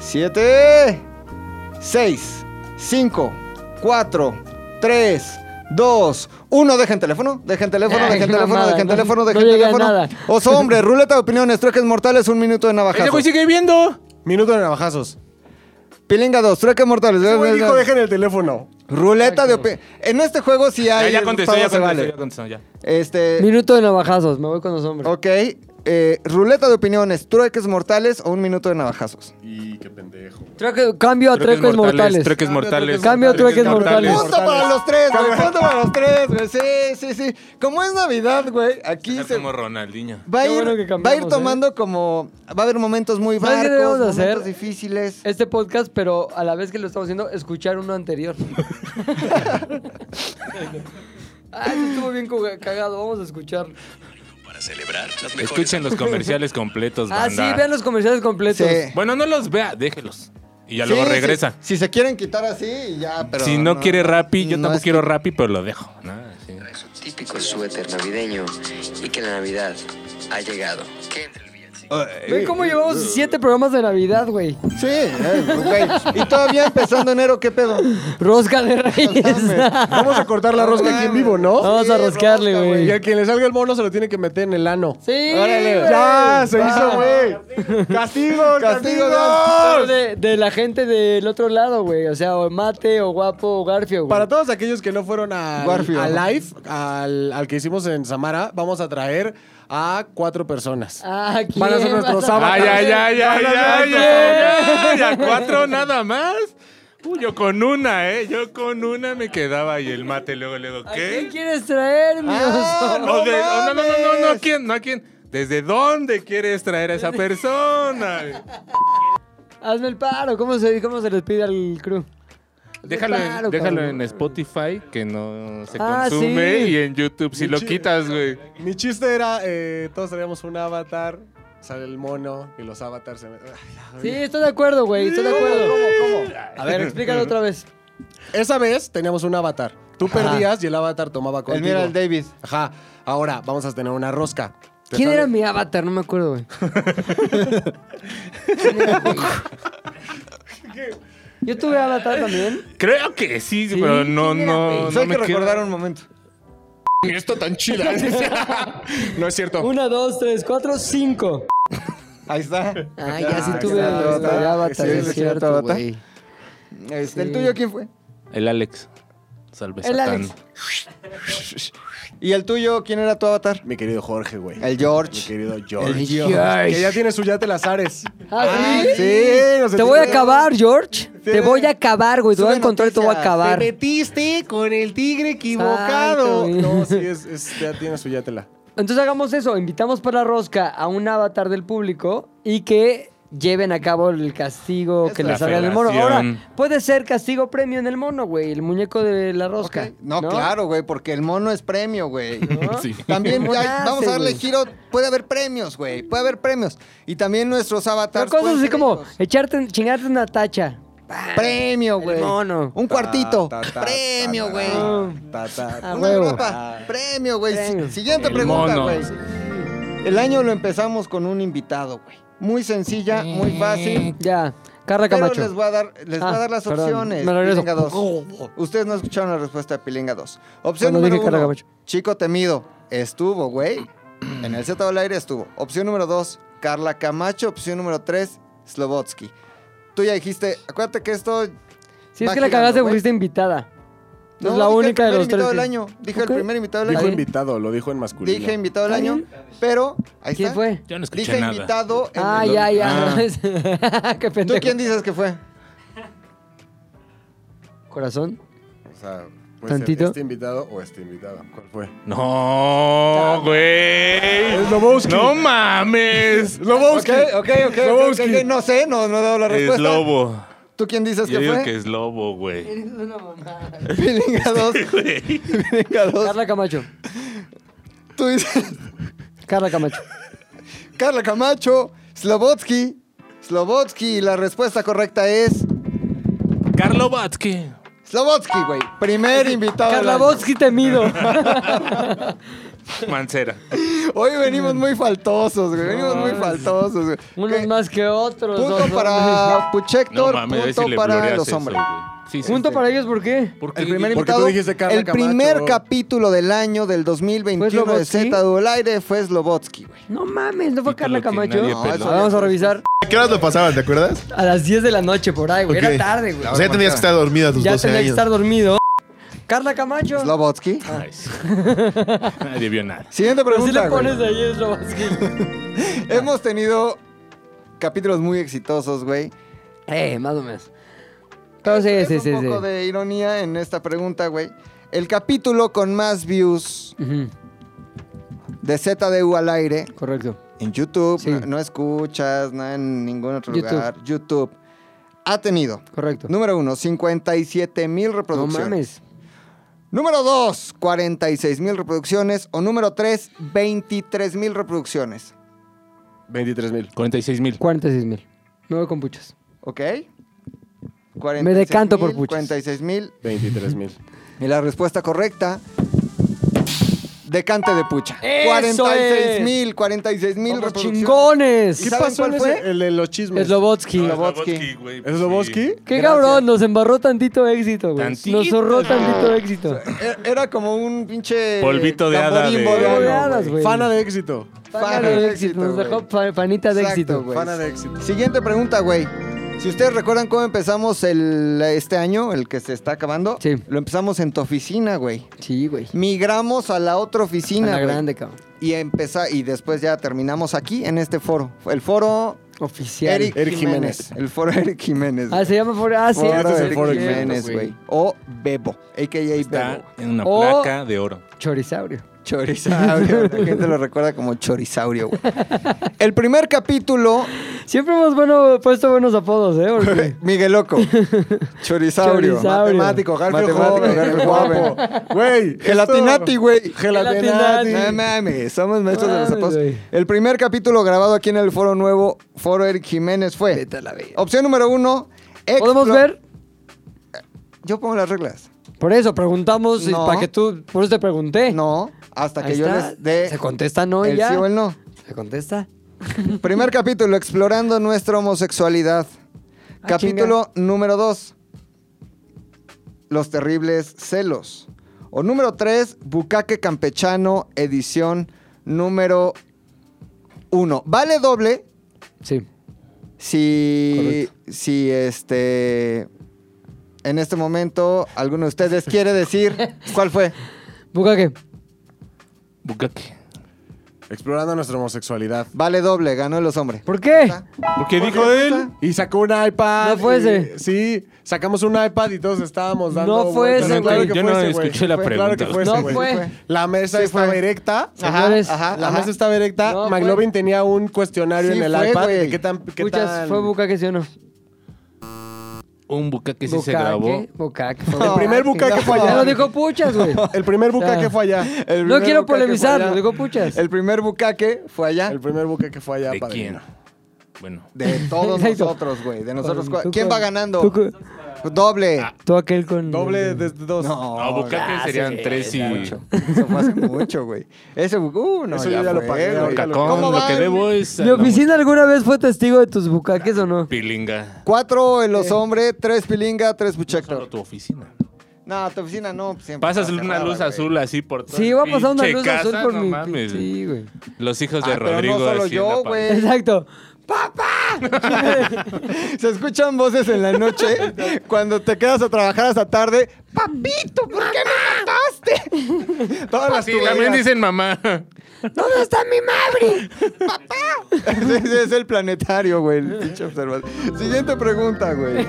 Speaker 3: 7. 6. 5. 4. 3. 2, 1, dejen teléfono, dejen teléfono,
Speaker 1: Ay,
Speaker 3: dejen
Speaker 1: no,
Speaker 3: teléfono,
Speaker 1: nada,
Speaker 3: dejen
Speaker 1: no-
Speaker 3: teléfono,
Speaker 1: no
Speaker 3: dejen
Speaker 1: llega
Speaker 3: teléfono.
Speaker 1: nada.
Speaker 3: Oso, hombre, ruleta de opiniones, trueques mortales, un minuto de
Speaker 4: Ese
Speaker 3: navajazo.
Speaker 4: güey sigue viendo. Minuto de navajazos.
Speaker 3: Pilinga 2, trueques mortales.
Speaker 4: Ese güey
Speaker 3: eh,
Speaker 4: dijo,
Speaker 3: eh,
Speaker 4: dejen el teléfono.
Speaker 3: Ruleta de opiniones. En este juego sí
Speaker 2: Ya,
Speaker 3: hay.
Speaker 2: ya contestó,
Speaker 3: todo
Speaker 2: ya
Speaker 3: se
Speaker 2: contestó,
Speaker 3: vale.
Speaker 2: ya contestó, ya.
Speaker 3: Este.
Speaker 1: Minuto de navajazos, me voy con los hombres.
Speaker 3: Ok. eh, ruleta de opiniones, trueques mortales o un minuto de navajazos.
Speaker 4: Y qué pendejo.
Speaker 1: Trueque- cambio a trueques mortales.
Speaker 2: Trueques mortales.
Speaker 1: Cambio a trueques mortales.
Speaker 3: Punto para los tres, güey. Punto para los tres, güey. Sí, sí, sí. Como es Navidad, güey, aquí se.
Speaker 2: Como Ronaldinho.
Speaker 3: Va a,
Speaker 1: Qué
Speaker 3: ir,
Speaker 1: bueno que
Speaker 3: va a ir
Speaker 1: cambiamos, ¿eh?
Speaker 3: tomando como. Va a haber momentos muy
Speaker 1: ¿Sabes qué
Speaker 3: barcos,
Speaker 1: debemos
Speaker 3: momentos
Speaker 1: hacer?
Speaker 3: difíciles.
Speaker 1: Este podcast, pero a la vez que lo estamos haciendo, escuchar uno anterior. ah, eso estuvo bien cuga- cagado, vamos a escuchar.
Speaker 6: Para celebrar las mejores.
Speaker 2: Escuchen los comerciales completos,
Speaker 1: Ah, sí,
Speaker 2: banda.
Speaker 1: vean los comerciales completos.
Speaker 3: Sí.
Speaker 2: Bueno, no los vea, déjelos. Y ya
Speaker 3: Sí,
Speaker 2: luego
Speaker 3: sí.
Speaker 2: regresa.
Speaker 3: Si, se quieren quitar así, ya, pero.
Speaker 2: si no, quiere Rappi, yo
Speaker 3: no
Speaker 2: tampoco
Speaker 3: es-
Speaker 2: quiero Rappi, pero lo dejo. ¿no? Sí.
Speaker 7: su típico suéter navideño y que la Navidad ha llegado. Que entre el villancico.
Speaker 1: Ven cómo llevamos siete programas de Navidad, güey.
Speaker 3: Sí, eh, güey. Y todavía empezando enero, ¿qué pedo?
Speaker 1: Rosca de Reyes.
Speaker 4: Vamos a cortar la rosca aquí en vivo, ¿no?
Speaker 1: Vamos a roscarle,
Speaker 3: rosca,
Speaker 1: güey.
Speaker 4: Y a quien le salga el mono se lo tiene que meter en el ano.
Speaker 1: Sí.
Speaker 3: Órale.
Speaker 1: güey.
Speaker 4: Ya, se
Speaker 3: Va.
Speaker 4: hizo, güey. Castigo,
Speaker 3: Castigo,
Speaker 4: castigo.
Speaker 1: Pero De, de la gente del otro lado, güey. O sea, o Mate, o Guapo, o Garfio, güey.
Speaker 4: Para todos aquellos que no fueron al-
Speaker 3: Warfield.
Speaker 4: a, live, al, al que hicimos en Samara, vamos a traer a cuatro personas.
Speaker 1: Ah, ¿quién Ah,
Speaker 4: Van a ser nuestros
Speaker 1: vas
Speaker 4: sábados.
Speaker 2: Ay, ay, ay, ay, ay, ay, ay, a cuatro nada más. Uy, yo con una, ¿eh? Yo con una me quedaba y el mate luego, luego,
Speaker 1: ¿A quién
Speaker 2: ¿qué?
Speaker 1: quieres traer, mi
Speaker 3: Ah,
Speaker 1: oso?
Speaker 2: O de- o no, no, no, no, no,
Speaker 3: mames!
Speaker 2: ¿a quién? ¿No a quién? ¿Desde dónde quieres traer a esa persona?
Speaker 1: Hazme el paro. ¿Cómo se, cómo se les pide al crew?
Speaker 2: Pues Déjalo, en-
Speaker 1: Claro,
Speaker 2: déjalo
Speaker 1: cabrón.
Speaker 2: en Spotify, que no se
Speaker 1: Ah,
Speaker 2: consume,
Speaker 1: sí.
Speaker 2: y en YouTube si lo
Speaker 4: Pinche-
Speaker 2: quitas, güey.
Speaker 4: Mi chiste era, eh, todos traíamos un avatar, sale el mono y los avatars se...
Speaker 1: Sí, estoy de acuerdo, güey. Estoy de acuerdo. Ah, ¿Cómo, cómo? A ver, explícalo otra vez.
Speaker 4: Esa vez teníamos un avatar. Tú
Speaker 3: Ajá.
Speaker 4: perdías y el avatar tomaba
Speaker 3: El
Speaker 4: contigo.
Speaker 3: Pues mira, el David.
Speaker 4: Ajá. Ahora vamos a tener una rosca. Te
Speaker 1: ¿Quién
Speaker 4: sale-
Speaker 1: era mi avatar? No me acuerdo, güey. ¿Quién era, güey? Yo tuve avatar también.
Speaker 2: Creo que sí, pero no,
Speaker 1: ¿quién era,
Speaker 2: no,
Speaker 3: Solo
Speaker 2: no
Speaker 3: hay que
Speaker 2: me quedo.
Speaker 3: recordar un momento.
Speaker 6: Esto tan chida. no es cierto.
Speaker 1: Una, dos, tres, cuatro, cinco.
Speaker 3: Ahí está.
Speaker 1: Ah, ya sí
Speaker 3: Ah,
Speaker 1: tuve
Speaker 3: está,
Speaker 1: avatar.
Speaker 3: está, está.
Speaker 1: avatar,
Speaker 3: Sí,
Speaker 1: es
Speaker 3: sí,
Speaker 1: cierto,
Speaker 3: avatar.
Speaker 1: güey.
Speaker 3: Este, ¿El
Speaker 1: Sí.
Speaker 3: tuyo quién fue?
Speaker 2: El Alex. Salve
Speaker 1: El
Speaker 2: Satán.
Speaker 1: Alex.
Speaker 3: ¿Y el tuyo quién era tu avatar?
Speaker 4: Mi querido Jorge, güey.
Speaker 3: El
Speaker 4: Mi
Speaker 3: George.
Speaker 4: querido George.
Speaker 3: El
Speaker 4: Que ya tiene su yate Lazares.
Speaker 1: ¿Ah, sí?
Speaker 4: nos
Speaker 1: Te voy a
Speaker 4: etiquetó.
Speaker 1: acabar, George. Te voy a acabar, güey. Te voy a
Speaker 3: Sube
Speaker 1: encontrar y te voy a
Speaker 3: noticias.
Speaker 1: acabar.
Speaker 4: Te metiste con el tigre equivocado.
Speaker 1: Exacto, güey.
Speaker 4: no, sí, es, es- ya tiene su yatela.
Speaker 1: Entonces hagamos eso, invitamos para Rosca a un avatar del público y que lleven a cabo el castigo que
Speaker 3: Eso.
Speaker 1: les
Speaker 2: La
Speaker 1: salga del mono.
Speaker 2: felación.
Speaker 1: Ahora, puede ser castigo premio en el mono, güey, el muñeco de la rosca.
Speaker 3: Ok. No, claro, güey, porque el mono es premio, güey.
Speaker 2: Sí.
Speaker 3: También
Speaker 1: ¿Cómo
Speaker 3: hay-
Speaker 1: nace,
Speaker 3: vamos a darle
Speaker 1: güey?
Speaker 3: giro. Puede haber premios, güey. Puede haber premios. Y también nuestros
Speaker 1: Pero
Speaker 3: avatars.
Speaker 1: cosas
Speaker 3: pueden
Speaker 1: así
Speaker 3: ser
Speaker 1: como
Speaker 3: ricos.
Speaker 1: echarte, chingarte una tacha.
Speaker 3: Premio,
Speaker 1: El
Speaker 3: güey.
Speaker 1: mono.
Speaker 3: Un cuartito.
Speaker 4: "Ah, Ta, ta, ta,
Speaker 3: premio,
Speaker 4: ta,
Speaker 3: güey.
Speaker 1: Ah.
Speaker 4: Ta, ta,
Speaker 1: Ah,
Speaker 4: ta.
Speaker 3: Una
Speaker 1: huevo.
Speaker 3: grapa. Premio, güey. Si-
Speaker 1: Premio.
Speaker 3: Siguiente
Speaker 2: El
Speaker 3: pregunta,
Speaker 2: mono.
Speaker 3: güey. El año lo empezamos con un invitado, güey. Muy
Speaker 1: Eh,
Speaker 3: sencilla, muy fácil.
Speaker 1: Ya, Carla
Speaker 3: Pero
Speaker 1: Camacho.
Speaker 3: les voy a dar, les voy a
Speaker 1: Ah,
Speaker 3: dar las
Speaker 1: perdón,
Speaker 3: opciones.
Speaker 1: me regreso. Oh.
Speaker 3: Pilinga 2. Ustedes no escucharon la respuesta de Pilinga 2. Opción
Speaker 1: Cuando
Speaker 3: número
Speaker 1: dije Carla
Speaker 3: uno.
Speaker 1: Camacho.
Speaker 3: Chico temido. Estuvo, güey. En el Z del aire estuvo. Opción número dos. Carla Camacho. Opción número tres. Slovotsky. Tú ya dijiste, acuérdate que esto.
Speaker 1: Si es
Speaker 3: va
Speaker 1: que la
Speaker 3: girando,
Speaker 1: cagaste,
Speaker 3: güey.
Speaker 1: fuiste invitada. Es la
Speaker 3: No, dije el
Speaker 1: única de
Speaker 3: primer
Speaker 1: los tres.
Speaker 3: invitado
Speaker 1: que-
Speaker 3: del año. Dije
Speaker 1: Ok.
Speaker 3: el primer invitado del
Speaker 4: Dijo
Speaker 1: Ahí.
Speaker 3: año.
Speaker 4: invitado, lo dijo en masculino.
Speaker 3: Dije invitado del año. Pero. Ahí
Speaker 1: ¿Quién
Speaker 3: está.
Speaker 1: fue?
Speaker 2: Yo no escuché
Speaker 3: Dije
Speaker 2: nada.
Speaker 3: invitado. en
Speaker 1: Ah,
Speaker 3: el-
Speaker 1: ya, ya. Qué
Speaker 3: ¿Tú
Speaker 1: pendejo.
Speaker 3: quién dices que fue?
Speaker 1: Corazón.
Speaker 4: O sea, puede ser
Speaker 1: Tantito.
Speaker 4: este invitado o este invitado. ¿Cuál fue?
Speaker 2: No, güey.
Speaker 4: Es Lobowski.
Speaker 2: No mames.
Speaker 4: Lobowski.
Speaker 3: Ok, ok, ok, ok, ok, No sé, no, no he dado la
Speaker 2: Es
Speaker 3: respuesta.
Speaker 2: lobo.
Speaker 3: ¿Tú quién dices
Speaker 2: Yo
Speaker 3: que
Speaker 2: digo
Speaker 3: fue?
Speaker 2: que este es lobo, güey.
Speaker 3: Pilinga 2. Pilinga 2.
Speaker 1: Carla Camacho.
Speaker 3: Tú dices.
Speaker 1: Carla Camacho.
Speaker 3: Carla Camacho, Slobotsky. Slobotsky, y la respuesta correcta es.
Speaker 2: Carlo Batsky.
Speaker 3: Slobotsky, güey. Primer invitado. del
Speaker 1: Carla
Speaker 3: año.
Speaker 1: Botsky temido.
Speaker 2: Mancera.
Speaker 3: Hoy venimos muy faltosos, güey. Venimos muy faltosos, güey.
Speaker 1: Unos
Speaker 3: Ok,
Speaker 1: más que otros. dos
Speaker 3: Punto
Speaker 1: hombres.
Speaker 3: para Puchector,
Speaker 2: a ver si
Speaker 3: punto
Speaker 2: le
Speaker 3: para
Speaker 2: blureas
Speaker 3: los
Speaker 2: eso,
Speaker 3: hombres.
Speaker 2: güey. Sí, sí,
Speaker 1: Punto
Speaker 2: sí.
Speaker 1: para ellos, ¿por qué?
Speaker 2: ¿Por qué?
Speaker 3: El primer em-
Speaker 4: Porque tú
Speaker 3: invitado,
Speaker 4: dijiste Carla
Speaker 3: el primer
Speaker 4: Camacho.
Speaker 3: capítulo del año del 2021 de
Speaker 1: ¿Fue Slobotsky?
Speaker 3: Z al aire fue Slobotsky, güey.
Speaker 1: No mames, ¿no fue
Speaker 2: Título
Speaker 1: Carla
Speaker 2: que
Speaker 1: Camacho?
Speaker 2: nadie
Speaker 1: No,
Speaker 2: peló.
Speaker 1: eso vamos a revisar
Speaker 6: ¿A qué horas lo pasaban, te acuerdas?
Speaker 1: a las 10 de la noche por ahí, güey.
Speaker 6: Ok.
Speaker 1: Era tarde, güey.
Speaker 6: O sea, ya tenías que estar dormida a tus
Speaker 1: Ya
Speaker 6: 12
Speaker 1: tenía que
Speaker 6: años.
Speaker 1: estar dormido. Carla Camacho.
Speaker 3: Slobotsky.
Speaker 2: Ay, sí. Nadie vio nada.
Speaker 3: Siguiente
Speaker 1: Pero si
Speaker 3: pregunta,
Speaker 1: le
Speaker 3: güey.
Speaker 1: pones ahí es lo más que-
Speaker 3: Hemos tenido capítulos muy exitosos, güey.
Speaker 1: Eh, más o menos. Pero Oh, sí,
Speaker 3: Es
Speaker 1: sí, sí.
Speaker 3: un
Speaker 1: sí.
Speaker 3: poco de ironía en esta pregunta, güey. El capítulo con más views
Speaker 1: Ujú,
Speaker 3: de ZDU al aire
Speaker 1: correcto.
Speaker 3: en YouTube,
Speaker 1: Sí.
Speaker 3: no, no escuchas, nada en ningún otro
Speaker 1: YouTube.
Speaker 3: lugar, YouTube, ha tenido,
Speaker 1: Correcto.
Speaker 3: número uno, 57 mil
Speaker 1: No
Speaker 3: reproducciones.
Speaker 1: mames.
Speaker 3: Número dos, 46 mil reproducciones. O número tres, 23 mil reproducciones.
Speaker 4: 23 mil.
Speaker 2: 46 mil.
Speaker 1: 46 mil. Me voy con puchas.
Speaker 3: ¿Ok?
Speaker 1: Me decanto por puchas.
Speaker 3: 46 mil.
Speaker 4: 23 mil.
Speaker 3: Y la respuesta correcta. Decante de pucha.
Speaker 1: ¡Eso
Speaker 3: 46 mil, 46 mil
Speaker 1: Somos
Speaker 3: reproducciones.
Speaker 1: chingones!
Speaker 4: ¿Qué
Speaker 3: saben
Speaker 4: pasó
Speaker 3: cuál
Speaker 4: en
Speaker 3: fue?
Speaker 4: ese- El de los chismes.
Speaker 1: Slobotsky.
Speaker 3: Slobotsky,
Speaker 2: güey. pues
Speaker 4: ¿Es Loboski?
Speaker 1: Qué
Speaker 3: Gracias.
Speaker 1: cabrón, nos embarró tantito éxito, güey.
Speaker 2: Tantito.
Speaker 1: Nos zorró tantito éxito.
Speaker 3: E- Era como un pinche.
Speaker 2: Polvito de hada
Speaker 3: tamborimbo
Speaker 2: de-
Speaker 3: de ano,
Speaker 1: Polvo de hada,
Speaker 3: güey.
Speaker 1: güey.
Speaker 4: Fana de éxito.
Speaker 1: Pana de éxito. Nos
Speaker 3: güey.
Speaker 1: dejó pa- panita de
Speaker 3: Exacto,
Speaker 1: éxito.
Speaker 3: güey.
Speaker 4: Fana de éxito.
Speaker 3: Siguiente pregunta, güey. Si ustedes recuerdan cómo empezamos el, este año, el que se está acabando,
Speaker 1: Sí.
Speaker 3: lo empezamos en tu oficina, güey.
Speaker 1: Sí, güey.
Speaker 3: Migramos a la otra
Speaker 1: Una
Speaker 3: oficina, güey.
Speaker 1: grande, cabrón.
Speaker 3: Y empeza- y después ya terminamos aquí en este foro. El foro
Speaker 1: Oficial.
Speaker 3: Eric,
Speaker 4: Eric
Speaker 3: Jiménez.
Speaker 4: Jiménez.
Speaker 3: El foro Eric Jiménez.
Speaker 1: Ah,
Speaker 3: güey.
Speaker 1: se llama por. Ah, sí.
Speaker 3: Foro
Speaker 4: este es el
Speaker 3: Eric
Speaker 4: foro Eric
Speaker 3: Jiménez, güey. O Bebo, a.k.a. Bebo.
Speaker 2: Está en una
Speaker 1: O-
Speaker 2: placa de oro.
Speaker 1: Chorizaurio.
Speaker 3: Chorizaurio. La gente lo recuerda como Chorizaurio, güey. El primer capítulo,
Speaker 1: Siempre hemos bueno, puesto buenos apodos, ¿eh? Porque-
Speaker 3: Miguel Loco. Chorizaurio.
Speaker 1: Chorizaurio.
Speaker 4: Matemático, Garfield
Speaker 3: Matemático,
Speaker 4: joven,
Speaker 3: Garfiel
Speaker 4: guapo. Güey.
Speaker 3: Gelatinati, güey.
Speaker 4: esto- Gelatinati.
Speaker 3: No mames, somos maestros de los
Speaker 1: Mames,
Speaker 3: apodos.
Speaker 1: güey.
Speaker 3: El primer capítulo grabado aquí en el Foro Nuevo, Foro Eric Jiménez, fue. Opción número uno.
Speaker 1: ¿Podemos
Speaker 3: explo-
Speaker 1: ver?
Speaker 3: Yo pongo las reglas.
Speaker 1: Por eso preguntamos
Speaker 3: No.
Speaker 1: para que tú. Por eso te pregunté.
Speaker 3: No, hasta que
Speaker 1: Eh. Ahí
Speaker 3: yo
Speaker 1: está.
Speaker 3: les dé.
Speaker 1: Se contesta no y
Speaker 3: el
Speaker 1: ya.
Speaker 3: sí o el no.
Speaker 1: Se contesta.
Speaker 3: Primer capítulo, explorando nuestra homosexualidad.
Speaker 1: Ah,
Speaker 3: capítulo número 2, los terribles celos. O número 3, Bucaque Campechano, edición número 1. Vale doble
Speaker 1: Sí.
Speaker 3: si, si este... En este momento, alguno de ustedes quiere decir cuál fue.
Speaker 1: Bucaque.
Speaker 2: Bucaque.
Speaker 4: Explorando nuestra homosexualidad.
Speaker 3: Vale doble, ganó los hombres.
Speaker 1: ¿Por qué?
Speaker 2: ¿Por qué dijo él?
Speaker 4: Y sacó un iPad.
Speaker 1: No fue
Speaker 4: y-
Speaker 1: ese.
Speaker 4: sí, sacamos un iPad y todos estábamos dando.
Speaker 1: No fue
Speaker 4: vueltas.
Speaker 1: ese,
Speaker 4: Claro
Speaker 1: güey.
Speaker 4: que
Speaker 2: Yo
Speaker 4: fue
Speaker 2: no
Speaker 4: ese, güey.
Speaker 2: escuché la
Speaker 4: Fue-
Speaker 2: pregunta.
Speaker 4: Claro que fue
Speaker 1: No
Speaker 4: ese, güey.
Speaker 1: fue.
Speaker 4: La mesa
Speaker 3: Sí
Speaker 4: estaba
Speaker 3: fue.
Speaker 4: erecta.
Speaker 1: Señores,
Speaker 3: ajá,
Speaker 4: La
Speaker 3: ajá.
Speaker 4: mesa estaba erecta.
Speaker 1: No,
Speaker 4: McLovin tenía un cuestionario
Speaker 3: Sí
Speaker 4: en el
Speaker 3: fue,
Speaker 4: iPad.
Speaker 3: güey.
Speaker 4: de ¿Qué tan, qué
Speaker 1: Puchas,
Speaker 4: tan-
Speaker 1: ¿fue Bucaque sí o no?
Speaker 2: Un bucaque sí
Speaker 1: Bucaque,
Speaker 2: se grabó.
Speaker 1: Bucaque.
Speaker 4: El primer bucaque fue
Speaker 1: Ya
Speaker 4: allá.
Speaker 1: lo dijo Puchas, güey.
Speaker 4: El primer bucaque
Speaker 1: Ya.
Speaker 4: fue allá.
Speaker 3: El
Speaker 1: No
Speaker 3: primer
Speaker 1: quiero
Speaker 3: bucaque fue
Speaker 1: polemizar,
Speaker 3: allá.
Speaker 1: lo digo puchas.
Speaker 3: El primer bucaque fue allá.
Speaker 4: El primer bucaque fue allá.
Speaker 2: ¿De quién?
Speaker 4: padrino.
Speaker 2: Bueno.
Speaker 3: De todos
Speaker 1: Exacto.
Speaker 3: nosotros, güey. De nosotros.
Speaker 1: Con-
Speaker 3: cua-
Speaker 1: tú
Speaker 3: ¿Quién
Speaker 1: con-
Speaker 3: va ganando?
Speaker 1: tú con- Mm.
Speaker 3: Doble.
Speaker 2: Ah,
Speaker 1: Tú aquel con.
Speaker 4: Doble de dos.
Speaker 2: No, bucaque serían tres y...
Speaker 3: Eso fue hace mucho, güey. Ese, uh, no,
Speaker 4: Eso yo ya lo
Speaker 3: fue,
Speaker 4: pagué,
Speaker 3: güey.
Speaker 4: ahorita lo-
Speaker 2: Cacón,
Speaker 3: ¿Cómo
Speaker 2: lo que
Speaker 3: van?
Speaker 2: debo es... a
Speaker 1: ¿Mi
Speaker 2: la
Speaker 1: oficina alguna vez fue testigo de tus bucaques o no?
Speaker 2: Pilinga.
Speaker 3: Cuatro en los hombres, tres pilinga, tres
Speaker 2: Solo
Speaker 3: puchector.
Speaker 2: tu oficina.
Speaker 3: No, tu oficina no. pues, siempre
Speaker 2: Pasas
Speaker 3: está
Speaker 2: una
Speaker 3: cerrada,
Speaker 2: luz
Speaker 3: güey.
Speaker 2: azul así por todo.
Speaker 1: Sí, va a pasar una luz azul por mi.
Speaker 2: mames.
Speaker 1: Sí, güey.
Speaker 2: Los hijos de
Speaker 3: Ah, pero no
Speaker 2: Rodrigo así en
Speaker 3: solo
Speaker 2: la
Speaker 3: yo,
Speaker 2: pared.
Speaker 3: güey.
Speaker 4: Eh,
Speaker 1: Exacto.
Speaker 3: Se escuchan voces en la noche cuando te quedas a trabajar hasta tarde. Papito, ¿por qué me mataste? Todas las
Speaker 2: Sí,
Speaker 3: tuberías.
Speaker 2: también dicen mamá.
Speaker 1: ¿Dónde está mi madre?
Speaker 3: Ese ese es el planetario, güey. el pinche observador. Siguiente pregunta, güey.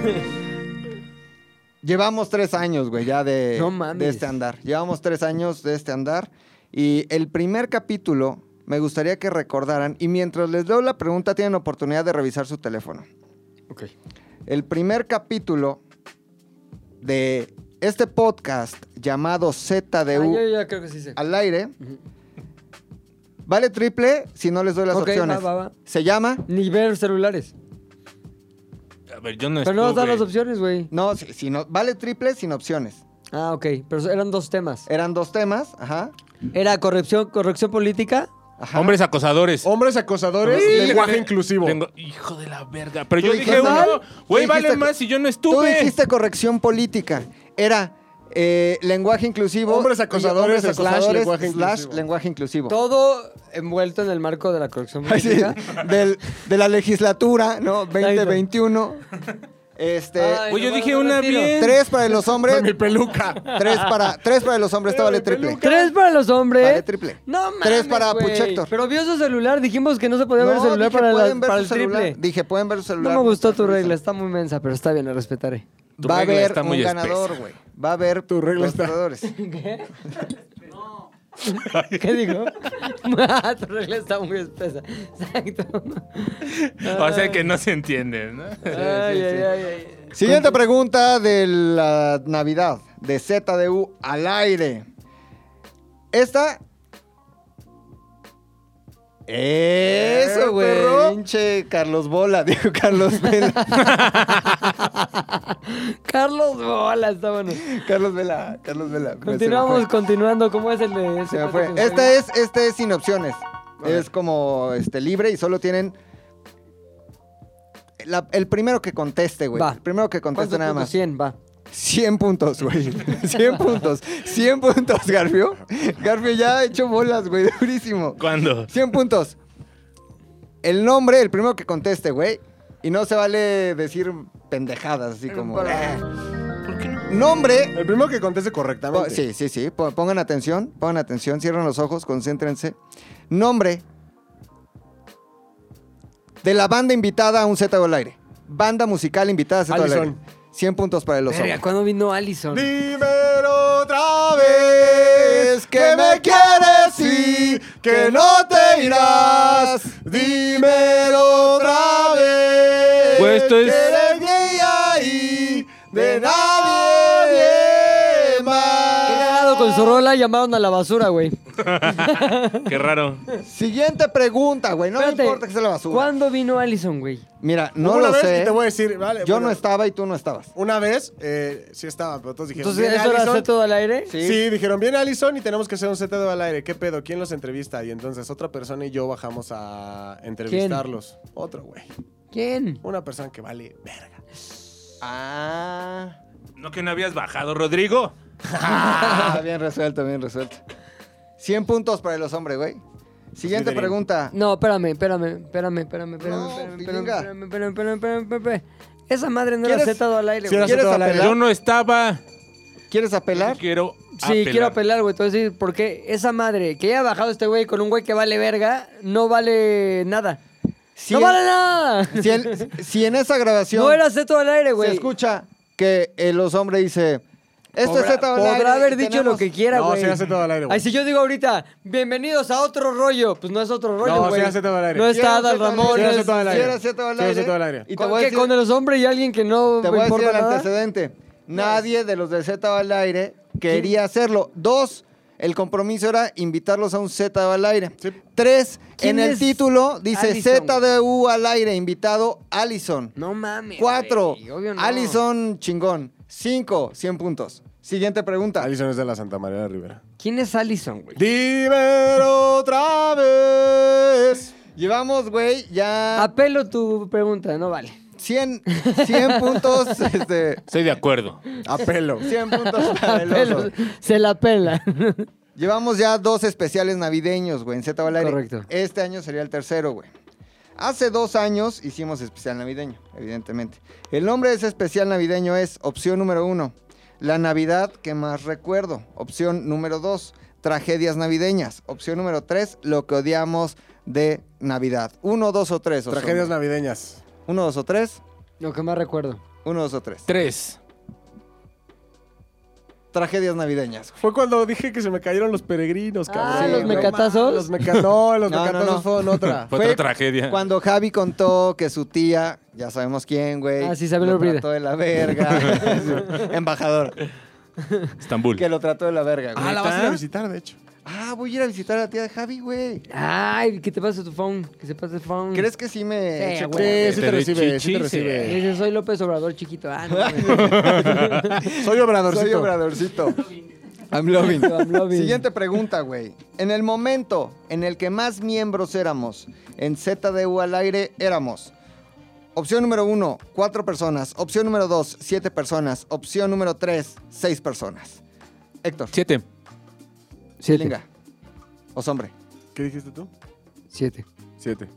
Speaker 3: Llevamos tres años, güey, ya de,
Speaker 1: No mames.
Speaker 3: de este andar. Llevamos tres años de este andar. Y el primer capítulo me gustaría que recordaran. Y mientras les doy la pregunta, tienen oportunidad de revisar su teléfono.
Speaker 1: Ok.
Speaker 3: el primer capítulo de este podcast llamado
Speaker 1: Ah,
Speaker 3: ZDU
Speaker 1: yo ya creo que sí sé.
Speaker 3: al aire. Vale triple si no les doy las
Speaker 1: Ok,
Speaker 3: opciones.
Speaker 1: va, va, va.
Speaker 3: Se llama.
Speaker 1: Ni ver celulares.
Speaker 2: A ver, yo no
Speaker 1: Pero no nos dan
Speaker 2: estuve.
Speaker 1: las opciones, güey.
Speaker 3: No, si, si no, vale triple sin opciones.
Speaker 1: Ah, ok. Pero eran dos temas.
Speaker 3: Eran dos temas, ajá.
Speaker 1: Era corrección, corrección política.
Speaker 3: ajá.
Speaker 2: Hombres acosadores.
Speaker 4: Hombres acosadores,
Speaker 2: Sí,
Speaker 4: lenguaje
Speaker 2: güey.
Speaker 4: inclusivo.
Speaker 2: Tengo- hijo de la verga. Pero
Speaker 3: Tú
Speaker 2: yo dije
Speaker 3: dijiste-
Speaker 2: uno. Güey,
Speaker 3: Tú
Speaker 2: vale
Speaker 3: dijiste-
Speaker 2: más si yo no
Speaker 3: Tú
Speaker 2: estuve.
Speaker 3: dijiste corrección política. Era eh, lenguaje inclusivo.
Speaker 4: Hombres
Speaker 3: y
Speaker 4: acosadores
Speaker 3: hombres
Speaker 4: slash
Speaker 3: acosadores
Speaker 4: lenguaje
Speaker 3: slash
Speaker 4: inclusivo.
Speaker 3: lenguaje inclusivo.
Speaker 1: Todo envuelto en el marco de la corrección
Speaker 3: Ay, sí,
Speaker 1: política.
Speaker 3: del- de la legislatura, ¿no? 2021. Este.
Speaker 1: Ay,
Speaker 2: Güey, yo
Speaker 1: bueno,
Speaker 2: dije
Speaker 1: me
Speaker 2: una
Speaker 1: retiro.
Speaker 2: bien.
Speaker 3: tres para los hombres.
Speaker 4: Mi peluca.
Speaker 3: Tres para, tres para los hombres. Esto vale triple.
Speaker 1: Tres para los hombres.
Speaker 3: Vale triple.
Speaker 1: No mames,
Speaker 3: Tres para
Speaker 1: güey.
Speaker 3: Puchector.
Speaker 1: Pero vio su celular, dijimos que no se podía ver el
Speaker 3: No,
Speaker 1: celular
Speaker 3: dije,
Speaker 1: para, la-
Speaker 3: pueden ver
Speaker 1: para
Speaker 3: su
Speaker 1: el
Speaker 3: celular.
Speaker 1: triple.
Speaker 3: Dije, pueden ver su celular.
Speaker 1: No me gustó tu
Speaker 3: Nuestra
Speaker 1: regla,
Speaker 3: risa.
Speaker 1: está muy mensa, pero está bien, la respetaré.
Speaker 2: Tu
Speaker 3: Va a
Speaker 2: regla
Speaker 3: haber
Speaker 2: está
Speaker 3: un
Speaker 2: muy
Speaker 3: ganador,
Speaker 2: espesa.
Speaker 3: güey. Va a haber tu
Speaker 4: regla
Speaker 3: regla
Speaker 4: está-
Speaker 3: ganadores.
Speaker 1: ¿Qué dijo? tu regla está muy espesa. Exacto.
Speaker 2: O sea que no se entiende, ¿no?
Speaker 1: Ay,
Speaker 3: sí,
Speaker 1: ay,
Speaker 3: sí.
Speaker 1: ay, ay.
Speaker 3: Siguiente pregunta de la Navidad de ZDU al aire. Esta. Eso, güey. Pinche Carlos Bola, dijo Carlos Vela.
Speaker 1: Carlos Bola, está bueno.
Speaker 3: Carlos Vela, Carlos Vela.
Speaker 1: Continuamos,
Speaker 3: con.
Speaker 1: continuando. ¿Cómo es el de ese
Speaker 3: Se me fue.
Speaker 1: pato que
Speaker 3: Esta es, este es sin opciones. Es como este, libre y solo tienen. la- el primero que conteste, güey.
Speaker 1: Va.
Speaker 3: El primero que conteste
Speaker 1: ¿Cuántos
Speaker 3: nada
Speaker 1: puntos?
Speaker 3: más.
Speaker 1: 100, va.
Speaker 3: 100 puntos, güey. 100 puntos. 100 puntos, Garfio. Garfio ya ha hecho bolas, güey. Durísimo.
Speaker 2: ¿Cuándo?
Speaker 3: 100 puntos. El nombre, el primero que conteste, güey. Y no se vale decir pendejadas, así como... "Ah". Nombre...
Speaker 4: El primero que conteste
Speaker 3: po-
Speaker 4: correctamente.
Speaker 3: Sí, sí, sí. po- Pongan atención, pongan atención. Cierren los ojos, concéntrense. Nombre de la banda invitada a un Z al aire. Banda musical invitada a Z al aire.
Speaker 4: Allison.
Speaker 3: 100 puntos para el oso.
Speaker 1: Verga, ¿cuándo vino Allison?
Speaker 4: Dímelo otra
Speaker 3: vez que me quieres y que no te irás.
Speaker 4: Dímelo otra vez.
Speaker 2: Güey, esto es- que
Speaker 3: eres
Speaker 4: ahí
Speaker 3: de nadie más.
Speaker 1: Qué cagado, con su rola llamaron a la basura, güey.
Speaker 2: Qué raro.
Speaker 3: Siguiente pregunta, güey. No
Speaker 1: Espérate,
Speaker 3: me importa que sea la basura.
Speaker 1: ¿Cuándo vino Allison, güey?
Speaker 3: Mira,
Speaker 4: No
Speaker 3: no
Speaker 4: una
Speaker 3: lo
Speaker 4: vez
Speaker 3: sé.
Speaker 4: y te voy a decir, vale.
Speaker 3: Yo
Speaker 4: bueno,
Speaker 3: no estaba y tú no estabas.
Speaker 4: Una vez, eh, sí estaba, pero todos dijeron.
Speaker 1: Entonces,
Speaker 4: "Viene
Speaker 1: ¿eso era
Speaker 4: Allison".
Speaker 1: hacer todo al aire?
Speaker 4: Sí. dijeron, viene Allison y tenemos que hacer un ZDO al aire. ¿Qué pedo? ¿Quién los entrevista? Y entonces otra persona y yo bajamos a entrevistarlos. Otro, güey.
Speaker 1: ¿Quién?
Speaker 4: Una persona que vale verga.
Speaker 3: Ah.
Speaker 2: ¿No que no habías bajado, Rodrigo?
Speaker 3: Ah, bien resuelto, bien resuelto. 100 puntos para los hombres, güey. Siguiente
Speaker 2: Liderín.
Speaker 3: pregunta.
Speaker 1: No, espérame, espérame, espérame, espérame, espérame,
Speaker 3: No,
Speaker 1: espérame,
Speaker 3: pilinga.
Speaker 1: espérame, espérame, espérame, espérame, espérame, espérame. Esa madre no era
Speaker 3: ¿Quieres-
Speaker 1: Z al aire,
Speaker 4: Sí,
Speaker 1: güey.
Speaker 4: era-
Speaker 3: ¿Quieres
Speaker 4: todo al aire.
Speaker 2: Yo
Speaker 3: apelar?
Speaker 2: no estaba.
Speaker 3: ¿Quieres apelar?
Speaker 2: Quiero
Speaker 1: Sí, quiero apelar, güey. Te voy a decir, ¿por qué esa madre que haya bajado este güey con un güey que vale verga no vale nada?
Speaker 3: Si
Speaker 1: ¡No
Speaker 3: en-
Speaker 1: vale nada!
Speaker 3: si en- si en esa grabación
Speaker 1: No era Z al aire,
Speaker 3: se
Speaker 1: güey.
Speaker 3: escucha que eh, los hombres dice, esto es
Speaker 1: Podrá,
Speaker 3: Z al aire
Speaker 1: podrá haber
Speaker 3: y
Speaker 1: dicho
Speaker 3: tenemos-
Speaker 1: lo que quiera,
Speaker 4: No,
Speaker 1: güey.
Speaker 4: sí era Z al aire, güey.
Speaker 1: Ay, si yo digo ahorita, bienvenidos a otro rollo, pues no es otro rollo,
Speaker 4: No, sí
Speaker 1: güey.
Speaker 4: era Z al aire.
Speaker 1: No
Speaker 4: Sí
Speaker 1: está
Speaker 3: era
Speaker 1: Adal
Speaker 3: Z al aire.
Speaker 1: Ramón.
Speaker 4: Sí era
Speaker 1: no es-
Speaker 4: Z al aire.
Speaker 3: Sí, era Z al
Speaker 4: Sí, era
Speaker 3: aire.
Speaker 4: Z al aire.
Speaker 3: Y te
Speaker 1: ¿Con,
Speaker 3: voy a
Speaker 1: qué?
Speaker 3: decir,
Speaker 1: ¿Con los hombres y alguien que no
Speaker 3: te
Speaker 1: me
Speaker 3: voy a decir
Speaker 1: importa
Speaker 3: el
Speaker 1: nada?
Speaker 3: antecedente. Nadie de los de Z al aire quería hacerlo. Dos, el compromiso era invitarlos a un Z al aire.
Speaker 4: Sí.
Speaker 3: Tres,
Speaker 1: ¿Quién
Speaker 3: en el
Speaker 1: es
Speaker 3: título dice
Speaker 1: Allison, güey?
Speaker 3: ZDU al aire, invitado Allison.
Speaker 1: No mames.
Speaker 3: Cuatro,
Speaker 1: güey, obvio no.
Speaker 3: Allison chingón. Cinco, 100 puntos. Siguiente pregunta.
Speaker 4: Allison es de la Santa María de Rivera.
Speaker 1: ¿Quién es Allison, güey?
Speaker 4: Dímelo otra vez.
Speaker 3: Llevamos, güey, ya
Speaker 1: Apelo tu pregunta, no vale.
Speaker 3: 100, 100 puntos, este,
Speaker 2: Estoy de acuerdo.
Speaker 4: Apelo.
Speaker 3: 100 puntos para el
Speaker 1: Apelo,
Speaker 3: oso.
Speaker 1: se la pela.
Speaker 3: Llevamos ya dos especiales navideños, güey, en Z al aire.
Speaker 1: Correcto.
Speaker 3: Este año sería el tercero, güey. Hace dos años hicimos especial navideño, evidentemente. El nombre de ese especial navideño es opción número uno, la Navidad que más recuerdo. Opción número dos, tragedias navideñas. Opción número tres, lo que odiamos de Navidad. Uno, dos o tres. Oso.
Speaker 4: Tragedias navideñas.
Speaker 3: Uno, dos o tres.
Speaker 1: Lo que más recuerdo.
Speaker 3: Uno, dos o tres.
Speaker 2: Tres.
Speaker 3: tragedias navideñas. güey.
Speaker 4: Fue cuando dije que se me cayeron los peregrinos, cabrón.
Speaker 3: Ah, ¿los
Speaker 4: no
Speaker 1: mecatazos?
Speaker 4: mames, Los meca- no, los
Speaker 3: No, no,
Speaker 4: mecatazos
Speaker 3: no.
Speaker 4: fueron otra.
Speaker 2: Fue otra tragedia.
Speaker 3: Cuando Javi contó que su tía, ya sabemos quién, güey.
Speaker 1: Ah, sí, Isabel
Speaker 3: lo
Speaker 1: Orbide.
Speaker 3: trató de la verga. Embajador.
Speaker 2: Estambul.
Speaker 3: Que lo trató de la verga, güey.
Speaker 4: ah, la vas a ir a visitar, de hecho.
Speaker 3: Ah, voy a ir a visitar a la tía de Javi, güey.
Speaker 1: Ay, que te pase tu phone, que se pase el phone.
Speaker 3: ¿Crees que sí me...
Speaker 1: Sí,
Speaker 3: eche-
Speaker 1: güey.
Speaker 4: Sí, sí
Speaker 2: Te
Speaker 4: te recibe, sí
Speaker 2: chichis,
Speaker 4: te recibe.
Speaker 1: Dice, soy López Obrador chiquito. Ah, no.
Speaker 4: Soy obradorcito.
Speaker 3: Soy obradorcito. I'm loving.
Speaker 1: I'm loving.
Speaker 3: Siguiente pregunta, güey. En el momento en el que más miembros éramos en ZDU al aire, éramos. Opción número uno, cuatro personas. Opción número dos, siete personas. Opción número tres, seis personas. Héctor,
Speaker 2: Siete.
Speaker 1: Siete.
Speaker 3: chinga. Os hombre.
Speaker 4: ¿Qué dijiste tú?
Speaker 1: Siete.
Speaker 4: Siete.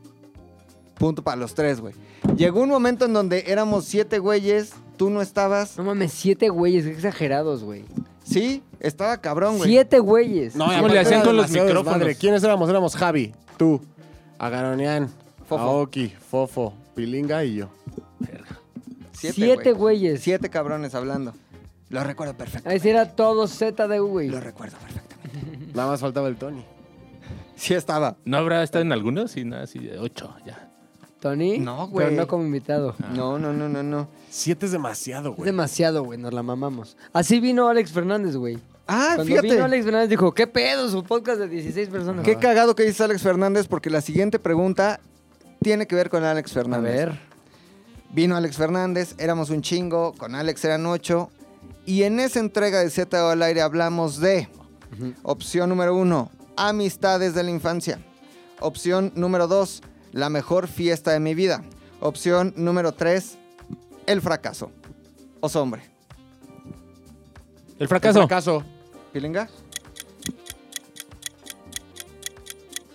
Speaker 3: Punto para los tres, güey. Llegó un momento en donde éramos siete güeyes, tú no estabas.
Speaker 1: No mames, siete güeyes, qué exagerados, güey.
Speaker 3: Sí, estaba cabrón, güey.
Speaker 1: Siete güeyes.
Speaker 4: No,
Speaker 2: ¿Cómo le hacían con los micrófonos?
Speaker 4: Madre. ¿Quiénes éramos? Éramos Javi, tú, Agaronian,
Speaker 3: Fofo.
Speaker 4: Aoki, Fofo, Pilinga y yo.
Speaker 1: Siete güeyes.
Speaker 3: Siete cabrones hablando. Lo recuerdo perfecto.
Speaker 1: Ahí sí era todo Z de güey.
Speaker 3: Lo recuerdo perfectamente.
Speaker 4: Nada más faltaba el Tony.
Speaker 3: Sí estaba.
Speaker 2: ¿No habrá estado en algunos? Sí, nada, sí, ocho, ya.
Speaker 1: Tony.
Speaker 3: No, güey.
Speaker 1: Pero no como invitado.
Speaker 3: No, no, no, no, no.
Speaker 4: Siete es demasiado,
Speaker 1: Es
Speaker 4: güey.
Speaker 1: demasiado, güey, nos la mamamos. Así vino Alex Fernández, güey.
Speaker 3: Ah,
Speaker 1: Cuando vino
Speaker 3: fíjate.
Speaker 1: Alex Fernández dijo, ¿qué pedo? Su podcast de 16 personas.
Speaker 3: Qué cagado que dice Alex Fernández porque la siguiente pregunta tiene que ver con Alex
Speaker 1: A
Speaker 3: Fernández.
Speaker 1: ver.
Speaker 3: Vino Alex Fernández, éramos un chingo, con Alex eran ocho. Y en esa entrega de Z al aire hablamos de opción número uno, amistades de la infancia. Opción número dos, la mejor fiesta de mi vida. Opción número tres, el fracaso. Os hombre.
Speaker 2: El fracaso.
Speaker 4: Caso.
Speaker 3: ¿Pilinga?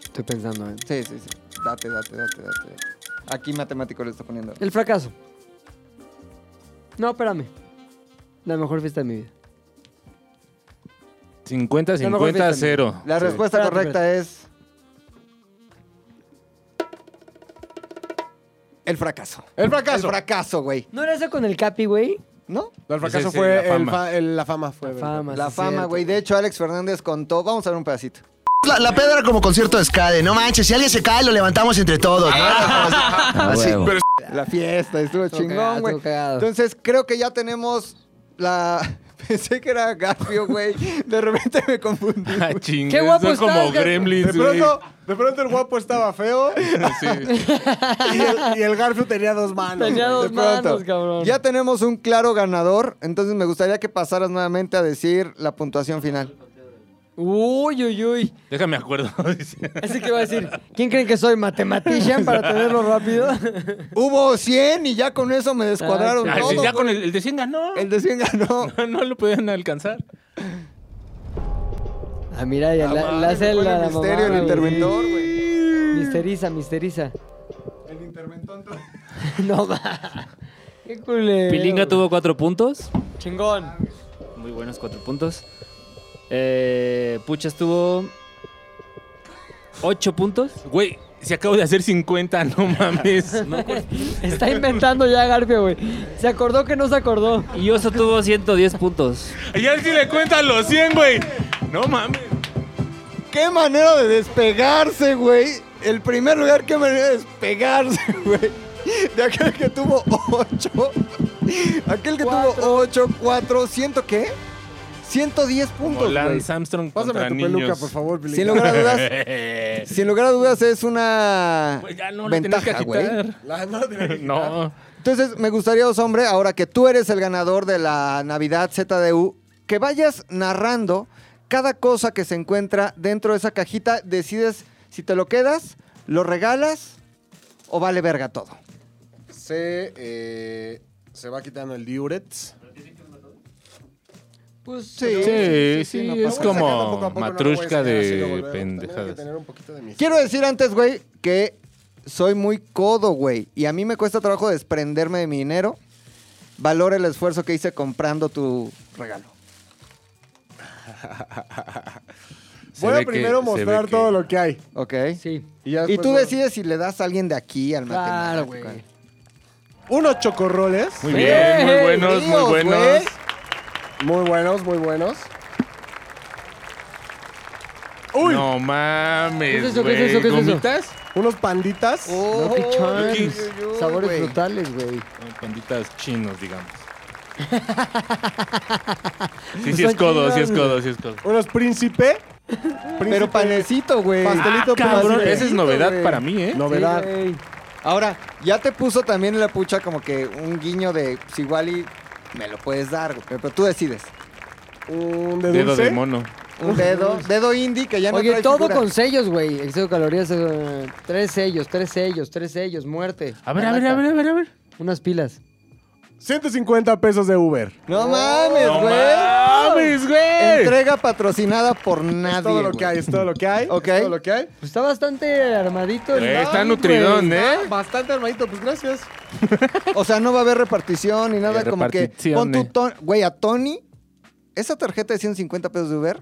Speaker 1: Estoy pensando, ¿eh?
Speaker 3: Sí, sí, sí. Date, date, date, date. Aquí matemático le está poniendo.
Speaker 1: El fracaso. No, espérame. La mejor fiesta de mi vida.
Speaker 2: 50,
Speaker 1: La mejor
Speaker 2: 50,
Speaker 1: fiesta,
Speaker 2: cero.
Speaker 3: La respuesta
Speaker 1: Espérate,
Speaker 3: correcta es. El fracaso.
Speaker 4: El
Speaker 3: El
Speaker 4: fracaso.
Speaker 3: fracaso, güey.
Speaker 1: ¿No era eso con el Capi, güey?
Speaker 3: ¿No?
Speaker 4: No, el fracaso
Speaker 2: Ese sí,
Speaker 4: fue
Speaker 2: la
Speaker 4: el fa- el- la
Speaker 2: fama.
Speaker 4: fama. fue.
Speaker 1: La
Speaker 4: ¿verdad?
Speaker 1: fama.
Speaker 3: La
Speaker 1: sí,
Speaker 3: fama,
Speaker 1: cierto.
Speaker 3: güey. De hecho, Alex Fernández contó. Vamos a ver un pedacito.
Speaker 8: La, la pedra como concierto de ska de, no manches, si alguien se cae lo levantamos entre todos. ¿no? Así.
Speaker 3: La fiesta, estuvo
Speaker 1: Estuvo cagado,
Speaker 3: chingón, güey.
Speaker 1: estuvo cagado.
Speaker 3: Entonces, creo que ya tenemos la. Pensé que era Garfio, güey. De repente me confundí.
Speaker 2: Ah, chingue,
Speaker 1: Qué guapo
Speaker 2: son como
Speaker 1: estás, Gar-
Speaker 4: De
Speaker 2: gremlins, güey.
Speaker 4: pronto, de pronto el guapo estaba feo
Speaker 2: Sí.
Speaker 4: y el, y el Garfield tenía dos manos.
Speaker 1: Tenía
Speaker 4: güey.
Speaker 1: dos
Speaker 3: De pronto.
Speaker 1: manos, cabrón.
Speaker 3: Ya tenemos un claro ganador. Entonces, me gustaría que pasaras nuevamente a decir la puntuación final.
Speaker 1: Uy, uy, uy.
Speaker 2: Déjame acuerdo. dice.
Speaker 1: Así que va a decir, ¿quién creen que soy? ¿Matematician para tenerlo rápido?
Speaker 3: Hubo 100 y ya con eso me descuadraron
Speaker 2: Ah,
Speaker 3: todo.
Speaker 2: sí, ya
Speaker 3: güey.
Speaker 2: con el, el de 100 ganó.
Speaker 3: El de 100 ganó.
Speaker 2: No, no lo podían alcanzar.
Speaker 1: Ah, mira, ya la, la hace
Speaker 3: Pone
Speaker 1: la, la
Speaker 3: misterio
Speaker 1: mamada,
Speaker 3: el
Speaker 1: güey.
Speaker 3: interventor, güey.
Speaker 1: Misteriza, misteriza. El interventor. no va. Qué culero.
Speaker 5: Pilinga tuvo cuatro puntos.
Speaker 1: Chingón.
Speaker 5: Muy buenos cuatro puntos. Eh, Puchas tuvo ocho puntos.
Speaker 2: Güey, si acabo de hacer 50, no mames.
Speaker 1: Está inventando ya Garfio, güey. Se acordó que no se acordó.
Speaker 5: Y Oso tuvo 110 puntos.
Speaker 2: Y él sí le cuentan los 100, güey. No mames.
Speaker 3: Qué manera de despegarse, güey. El primer lugar, qué manera de despegarse, güey. De aquel que tuvo 8. Aquel que tuvo 8, 4, ¿ciento qué? 110
Speaker 2: Como
Speaker 3: puntos, güey.
Speaker 2: Lance Armstrong
Speaker 4: Pásame
Speaker 2: contra
Speaker 4: tu
Speaker 2: niños.
Speaker 4: peluca, por favor, Billy.
Speaker 3: Sin lugar a dudas, sin lugar a dudas es una
Speaker 2: Güey, ya no le tenías que
Speaker 3: ventaja, güey.
Speaker 2: quitar.
Speaker 4: La- no, de-
Speaker 2: No.
Speaker 3: Entonces, me gustaría, os hombre, ahora que tú eres el ganador de la Navidad ZDU, que vayas narrando cada cosa que se encuentra dentro de esa cajita. Decides si te lo quedas, lo regalas o vale verga todo.
Speaker 4: Se, eh, se va quitando el diurex.
Speaker 1: Pues
Speaker 3: Sí.
Speaker 2: Sí, sí, es
Speaker 4: no, pero voy sacando
Speaker 2: como
Speaker 4: poco a poco, no lo voy a
Speaker 2: matrushka
Speaker 4: sacar así, lo
Speaker 2: de
Speaker 4: volvemos. También hay que
Speaker 2: pendejadas.
Speaker 4: tener un poquito de mi-
Speaker 3: Quiero decir antes, güey, que soy muy codo, güey. Y a mí me cuesta trabajo desprenderme de mi dinero. Valora el esfuerzo que hice comprando tu regalo.
Speaker 2: Se
Speaker 4: Voy a
Speaker 2: ve que-
Speaker 4: primero
Speaker 2: se
Speaker 4: mostrar
Speaker 2: ve que-
Speaker 4: todo lo que hay.
Speaker 3: ¿Ok?
Speaker 1: Sí.
Speaker 4: Y, ya
Speaker 3: Y
Speaker 4: después
Speaker 3: tú
Speaker 4: lo-
Speaker 3: decides si le das a alguien de aquí al
Speaker 1: Claro,
Speaker 3: matemático.
Speaker 1: güey.
Speaker 4: Unos chocorroles.
Speaker 2: Muy bien, muy
Speaker 1: ¡Ey,
Speaker 2: buenos, muy
Speaker 3: ríos,
Speaker 2: buenos.
Speaker 3: güey!
Speaker 4: Muy buenos, muy buenos.
Speaker 2: ¡Uy! No mames.
Speaker 1: ¿Qué es eso, qué es eso,
Speaker 2: güey.
Speaker 1: qué es eso?
Speaker 2: ¿Gomitas?
Speaker 4: Unos panditas.
Speaker 1: Lucky Charms.
Speaker 2: uy,
Speaker 1: Sabores
Speaker 3: güey.
Speaker 1: frutales, güey.
Speaker 2: No, panditas chinos, digamos. Sí,
Speaker 1: No
Speaker 2: sí es
Speaker 1: son
Speaker 2: codo, sí
Speaker 1: chinos,
Speaker 2: es codo, sí es codo.
Speaker 4: Unos príncipe.
Speaker 3: Pero panecito, güey.
Speaker 4: Pastelito
Speaker 2: Ah, Cabrón,
Speaker 4: príncipe.
Speaker 2: esa es novedad para mí, ¿eh?
Speaker 4: Novedad.
Speaker 3: Ahora, ya te puso también la pucha como que un guiño de pues, igual y me lo puedes dar, güey. Pero, pero tú decides.
Speaker 4: Un de
Speaker 2: Dedo
Speaker 4: dulce.
Speaker 2: de mono.
Speaker 3: Un dedo, dedo indie que ya no
Speaker 1: Oye,
Speaker 3: trae
Speaker 1: todo
Speaker 3: figura.
Speaker 1: con sellos, güey. Exceso de calorías, eh, tres sellos, tres sellos, tres sellos, muerte.
Speaker 2: A ver, a ver, a ver, a ver, a ver.
Speaker 1: Unas pilas.
Speaker 4: 150 pesos de Uber.
Speaker 3: No mames,
Speaker 2: ¡No
Speaker 3: güey.
Speaker 2: mames, güey!
Speaker 3: Entrega patrocinada por nadie.
Speaker 4: es todo lo
Speaker 3: güey.
Speaker 4: que hay, es todo lo que hay.
Speaker 3: Ok.
Speaker 4: es todo lo que hay.
Speaker 1: Pues está bastante armadito. el
Speaker 2: Güey,
Speaker 1: line,
Speaker 2: Está nutridón,
Speaker 1: güey.
Speaker 2: ¿eh?
Speaker 4: Bastante armadito, pues gracias.
Speaker 3: O sea, no va a haber repartición ni nada
Speaker 2: Eh,
Speaker 3: como que.
Speaker 2: repartición,
Speaker 3: Pon tu
Speaker 2: eh.
Speaker 3: ton- Güey, a Tony, esa tarjeta de 150 pesos de Uber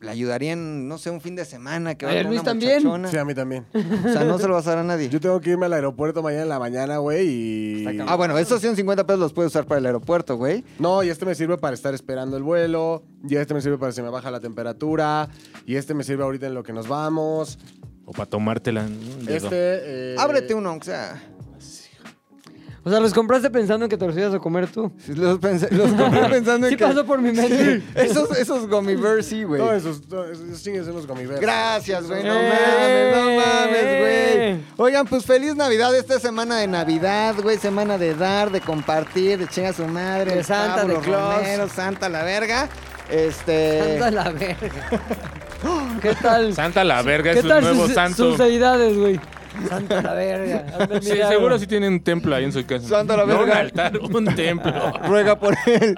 Speaker 3: le ayudaría en, no sé, un fin de semana que
Speaker 1: A
Speaker 3: va a
Speaker 1: Luis también.
Speaker 4: Sí, a mí también.
Speaker 3: O sea, no se lo vas a dar a nadie.
Speaker 4: Yo tengo que irme al aeropuerto mañana en la mañana, güey, y...
Speaker 3: Ah, bueno, esos 150 pesos los puedes usar para el aeropuerto, güey.
Speaker 4: No, y este me sirve para estar esperando el vuelo, y este me sirve para si me baja la temperatura, y este me sirve ahorita en lo que nos vamos.
Speaker 2: O para tomártela. un dedo.
Speaker 4: Este... eh,
Speaker 3: Ábrete uno, aunque sea.
Speaker 1: O sea, los compraste pensando en que te los ibas a comer tú.
Speaker 3: Los, pens- los compré pensando en
Speaker 1: Sí
Speaker 3: que...
Speaker 1: pasó por mi mente.
Speaker 3: Esos, esos Gummibirds, sí, güey.
Speaker 4: Todos esos, todos esos chingues unos gomiberos.
Speaker 3: Gracias, güey. No
Speaker 1: ¡Eh!
Speaker 3: mames, no mames, güey. Oigan, pues feliz Navidad esta semana de Navidad, güey. Semana de dar, de compartir, de chinga su madre.
Speaker 1: De
Speaker 3: el
Speaker 1: Santa,
Speaker 3: pavo,
Speaker 1: de
Speaker 3: los
Speaker 1: Claus.
Speaker 3: romeros, Santa la verga. Este.
Speaker 1: Santa la verga. ¿Qué tal?
Speaker 2: Santa la verga,
Speaker 1: ¿Qué
Speaker 2: es un
Speaker 1: tal
Speaker 2: nuevo
Speaker 1: sus,
Speaker 2: santo.
Speaker 1: sus deidades, güey? Santa la verga. hazme el
Speaker 2: Sí,
Speaker 1: milagro.
Speaker 2: seguro sí tienen un templo ahí en su casa.
Speaker 3: Santa la
Speaker 2: No un
Speaker 3: verga.
Speaker 2: altar, un templo.
Speaker 3: Ruega por él.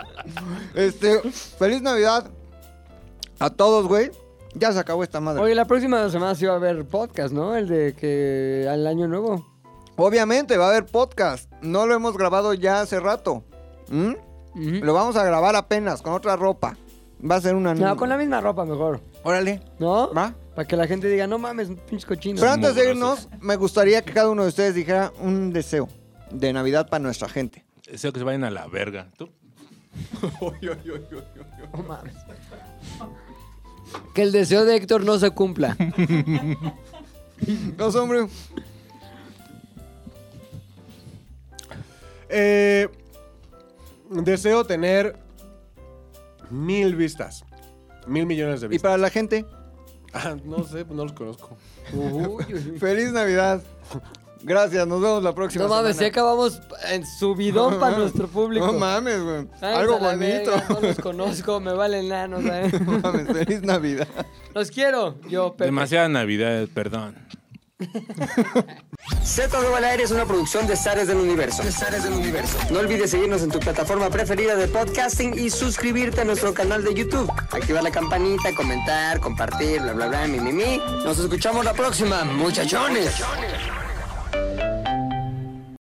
Speaker 3: Este. Feliz Navidad a todos, güey. Ya se acabó esta madre.
Speaker 1: Oye, la próxima semana sí va a haber podcast, ¿no? El de que al año nuevo.
Speaker 3: Obviamente va a haber podcast. No lo hemos grabado ya hace rato. ¿Mm? Lo vamos a grabar apenas con otra ropa. Va a ser una.
Speaker 1: No, con la misma ropa mejor,
Speaker 3: Órale.
Speaker 1: ¿no?
Speaker 3: Va.
Speaker 1: Para que la gente diga, no mames, pinches cochinos.
Speaker 3: Pero antes de
Speaker 2: mugrosos.
Speaker 3: irnos, me gustaría que cada uno de ustedes dijera un deseo de Navidad para nuestra gente.
Speaker 2: Deseo que se vayan a la verga. ¿Tú?
Speaker 1: No mames. Que el deseo de Héctor no se cumpla.
Speaker 3: Los hombres.
Speaker 4: Eh, deseo tener mil vistas. Mil millones de
Speaker 3: Y
Speaker 4: vistas.
Speaker 3: para la gente,
Speaker 4: Ah, no sé, no los conozco.
Speaker 1: Uy, uy.
Speaker 3: feliz Navidad. Gracias, nos vemos la próxima.
Speaker 1: no mames, si
Speaker 3: semana.
Speaker 1: acabamos en subidón para nuestro público.
Speaker 3: No mames, güey.
Speaker 1: Ay,
Speaker 3: Algo
Speaker 1: a la verga,
Speaker 3: bonito.
Speaker 1: no los conozco, me valen nada, ¿sabes?
Speaker 3: No mames, feliz Navidad.
Speaker 1: Los quiero, yo, Pepe.
Speaker 2: Demasiada Navidad, perdón.
Speaker 7: Z2 al aire es una producción de Zares del Universo. del Universo. No olvides seguirnos en tu plataforma preferida de podcasting y suscribirte a nuestro canal de YouTube. Activar la campanita, comentar, compartir, bla, bla, bla, mi, mi, mi. Nos escuchamos la próxima, muchachones.